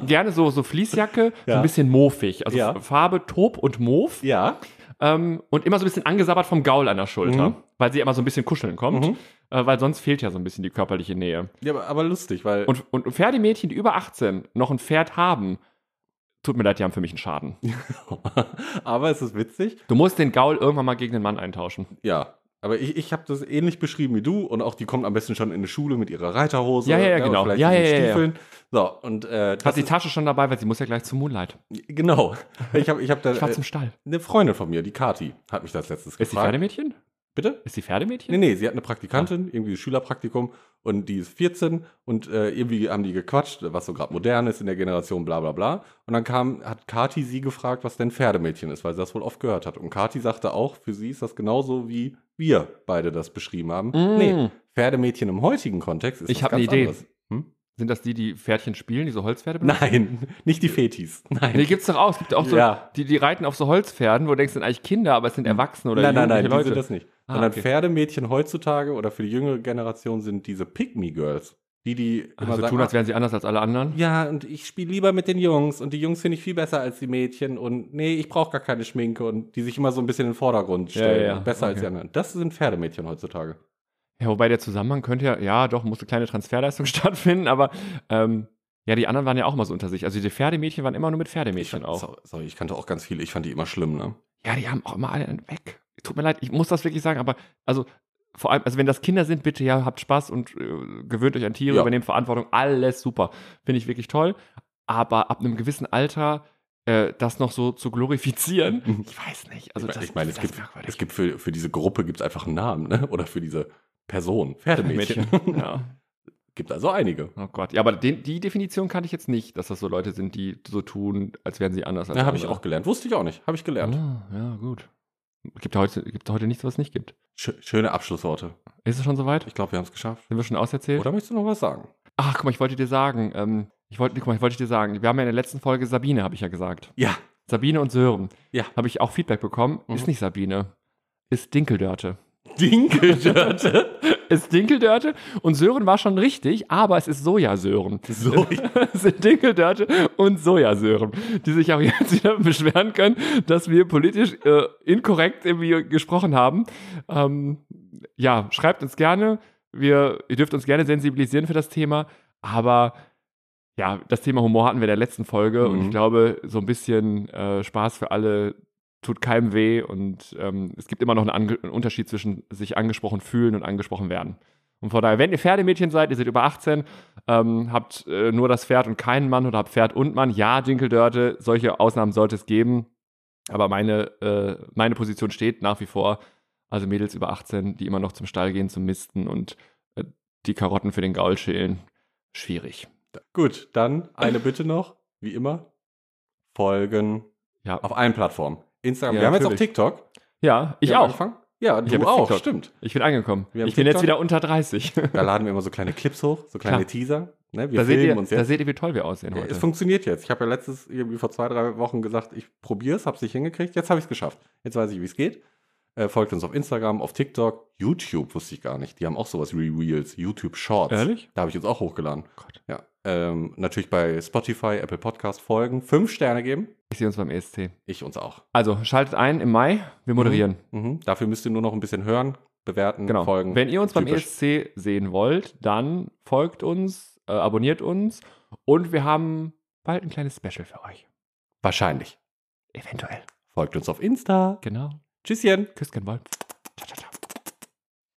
Gerne so, so Fließjacke, so
Ja.
ein bisschen mofig. Also
Ja.
F- Farbe Taub und Mof.
ja.
Ähm, und immer so ein bisschen angesabbert vom Gaul an der Schulter.
Mhm.
Weil sie immer so ein bisschen kuscheln kommt.
Mhm.
Äh, weil sonst fehlt ja so ein bisschen die körperliche Nähe.
ja aber, aber lustig, weil.
Und, und Pferdemädchen, die über 18 noch ein Pferd haben, tut mir leid, die haben für mich einen Schaden.
aber es ist witzig.
Du musst den Gaul irgendwann mal gegen den Mann eintauschen.
Ja. Aber ich, ich habe das ähnlich beschrieben wie du und auch die kommt am besten schon in eine Schule mit ihrer Reiterhose.
Ja, ja, ja,
ne, und
genau.
Vielleicht
Ja,
ja,
ja, ja, ja.
Stiefeln. So, und äh,
Hat die Tasche schon dabei, weil sie muss ja gleich zum Moonlight.
ist, genau. Ich habe ich hab da
Ich war
äh,
zum Stall.
eine Freundin von mir, die Kati, hat mich das letztes
Ist sie
gefragt.
Pferdemädchen?
Bitte?
Ist sie Pferdemädchen?
Nee, nee, sie hat eine Praktikantin,
Ah.
irgendwie Schülerpraktikum und die ist 14 und äh, irgendwie haben die gequatscht, was so gerade modern ist in der Generation, bla bla bla. Und dann kam, hat Kati sie gefragt, was denn Pferdemädchen ist, weil sie das wohl oft gehört hat. Und Kati sagte auch, für sie ist das genauso wie wir beide das beschrieben haben.
Mm.
Nee, Pferdemädchen im heutigen Kontext ist
Ich
was
hab eine Idee.
Hm?
Sind das die, die Pferdchen spielen, die so Holzpferde benutzen?
Nein, nicht die Fetis. Nein.
Nee, gibt's doch auch. Es gibt auch so,
Ja. Hm.
die, die reiten auf so Holzpferden, wo du denkst, sind eigentlich Kinder, aber es sind Erwachsene oder
nein, nein, nein, die
jugendliche
sind
Leute.
das nicht.
Ah,
Sondern
okay.
Pferdemädchen heutzutage oder für die jüngere Generation sind diese Pygmy Girls. Die, die
Also
sagen, ah.
tun, als wären sie anders als alle anderen.
ja, und ich spiele lieber mit den Jungs und die Jungs finde ich viel besser als die Mädchen und nee, ich brauche gar keine Schminke und die sich immer so ein bisschen in den Vordergrund
Ja,
stellen.
ja, ja.
Besser als die
Okay.
anderen. Das sind Pferdemädchen heutzutage.
Ja, wobei der Zusammenhang könnte ja, ja, doch, muss eine kleine Transferleistung stattfinden, aber ähm, ja, die anderen waren ja auch mal so unter sich. Also die Pferdemädchen waren immer nur mit Pferdemädchen
fand-
auch.
so- Sorry, ich kannte auch ganz viele. Ich fand die immer schlimm, ne?
Ja, die haben auch immer alle einen weg. Tut mir leid, ich muss das wirklich sagen, aber also vor allem, also wenn das Kinder sind, bitte ja, habt Spaß und äh, gewöhnt euch an Tiere,
Ja.
übernehmt Verantwortung, alles super. Finde ich wirklich toll. Aber ab einem gewissen Alter äh, das noch so zu glorifizieren,
Mhm.
ich weiß nicht. Also
ich meine,
das,
ich meine, es
das ist
gibt,
merkwürdig.
es gibt für, für diese Gruppe gibt's einfach einen Namen, ne? Oder für diese Person. Pferdemädchen.
ja.
gibt also einige.
Oh Gott, ja, aber den, die Definition kannte ich jetzt nicht, dass das so Leute sind, die so tun, als wären sie anders. als
Ja, habe ich
andere.
auch gelernt. Wusste ich auch nicht. Habe ich gelernt.
Ah, ja, gut. Gibt heute, gibt heute nichts, was es nicht gibt.
Schö- Schöne Abschlussworte.
Ist es schon soweit?
Ich glaube, wir haben es geschafft.
Sind wir schon auserzählt?
Oder möchtest du noch was sagen?
Ach, guck mal, ich wollte dir sagen, ähm, ich wollte, guck mal, ich wollte dir sagen, wir haben ja in der letzten Folge Sabine, habe ich ja gesagt.
Ja.
Sabine und Sören.
Ja.
Habe ich auch Feedback bekommen.
Mhm.
Ist nicht Sabine. Ist Dinkeldörte.
Dinkeldörte.
Ist Dinkeldörte. Und Sören war schon richtig, aber es ist Sojasören.
so,
Es sind Dinkeldörte und Sojasören, die sich auch jetzt wieder beschweren können, dass wir politisch äh, inkorrekt irgendwie gesprochen haben. Ähm, ja, schreibt uns gerne. Wir, ihr dürft uns gerne sensibilisieren für das Thema. Aber ja, das Thema Humor hatten wir in der letzten Folge und
Mhm.
ich glaube, so ein bisschen äh, Spaß für alle tut keinem weh und ähm, es gibt immer noch einen, Ange einen Unterschied zwischen sich angesprochen fühlen und angesprochen werden. Und von daher, wenn ihr Pferdemädchen seid, ihr seid über 18, ähm, habt äh, nur das Pferd und keinen Mann oder habt Pferd und Mann, ja, Dinkeldörte, solche Ausnahmen sollte es geben. Aber meine, äh, meine Position steht nach wie vor. Also Mädels über 18, die immer noch zum Stall gehen, zum Misten und äh, die Karotten für den Gaul schälen. Schwierig.
Gut, dann eine Bitte noch, wie immer. Folgen
Ja,
auf allen Plattformen. Instagram.
Ja,
wir haben
natürlich.
jetzt auch TikTok.
ja ich
Wir haben
auch.
angefangen. Ja, du
hab jetzt
auch,
TikTok.
stimmt.
Ich bin angekommen.
Wir haben
Ich bin jetzt
TikTok.
wieder unter 30.
Da laden wir immer so kleine Clips hoch, so kleine
Klar.
Teaser. Ne? Wir
da, seht
filmen
ihr,
uns
da
jetzt.
seht ihr, wie toll wir aussehen
Ja,
heute.
es funktioniert jetzt. Ich habe ja letztes, irgendwie vor zwei, drei Wochen gesagt, ich probiere es, habe es nicht hingekriegt. Jetzt habe ich es geschafft. Jetzt weiß ich, wie es geht. Äh, folgt uns auf Instagram, auf TikTok, YouTube wusste ich gar nicht. Die haben auch sowas wie Reels, YouTube Shorts.
Ehrlich?
Da habe ich jetzt auch hochgeladen.
Gott.
Ja. Ähm, natürlich bei Spotify, Apple Podcast folgen, fünf Sterne geben.
Ich sehe uns beim ESC.
Ich uns auch.
Also schaltet ein im Mai. Wir moderieren.
Mhm. Dafür müsst ihr nur noch ein bisschen hören, bewerten,
Genau.
folgen.
Wenn ihr uns beim
Typisch.
ESC sehen wollt, dann folgt uns, äh, abonniert uns und wir haben bald ein kleines Special für euch.
Wahrscheinlich.
Eventuell.
Folgt uns auf Insta.
Genau.
Tschüsschen.
Küsst gern Wolf.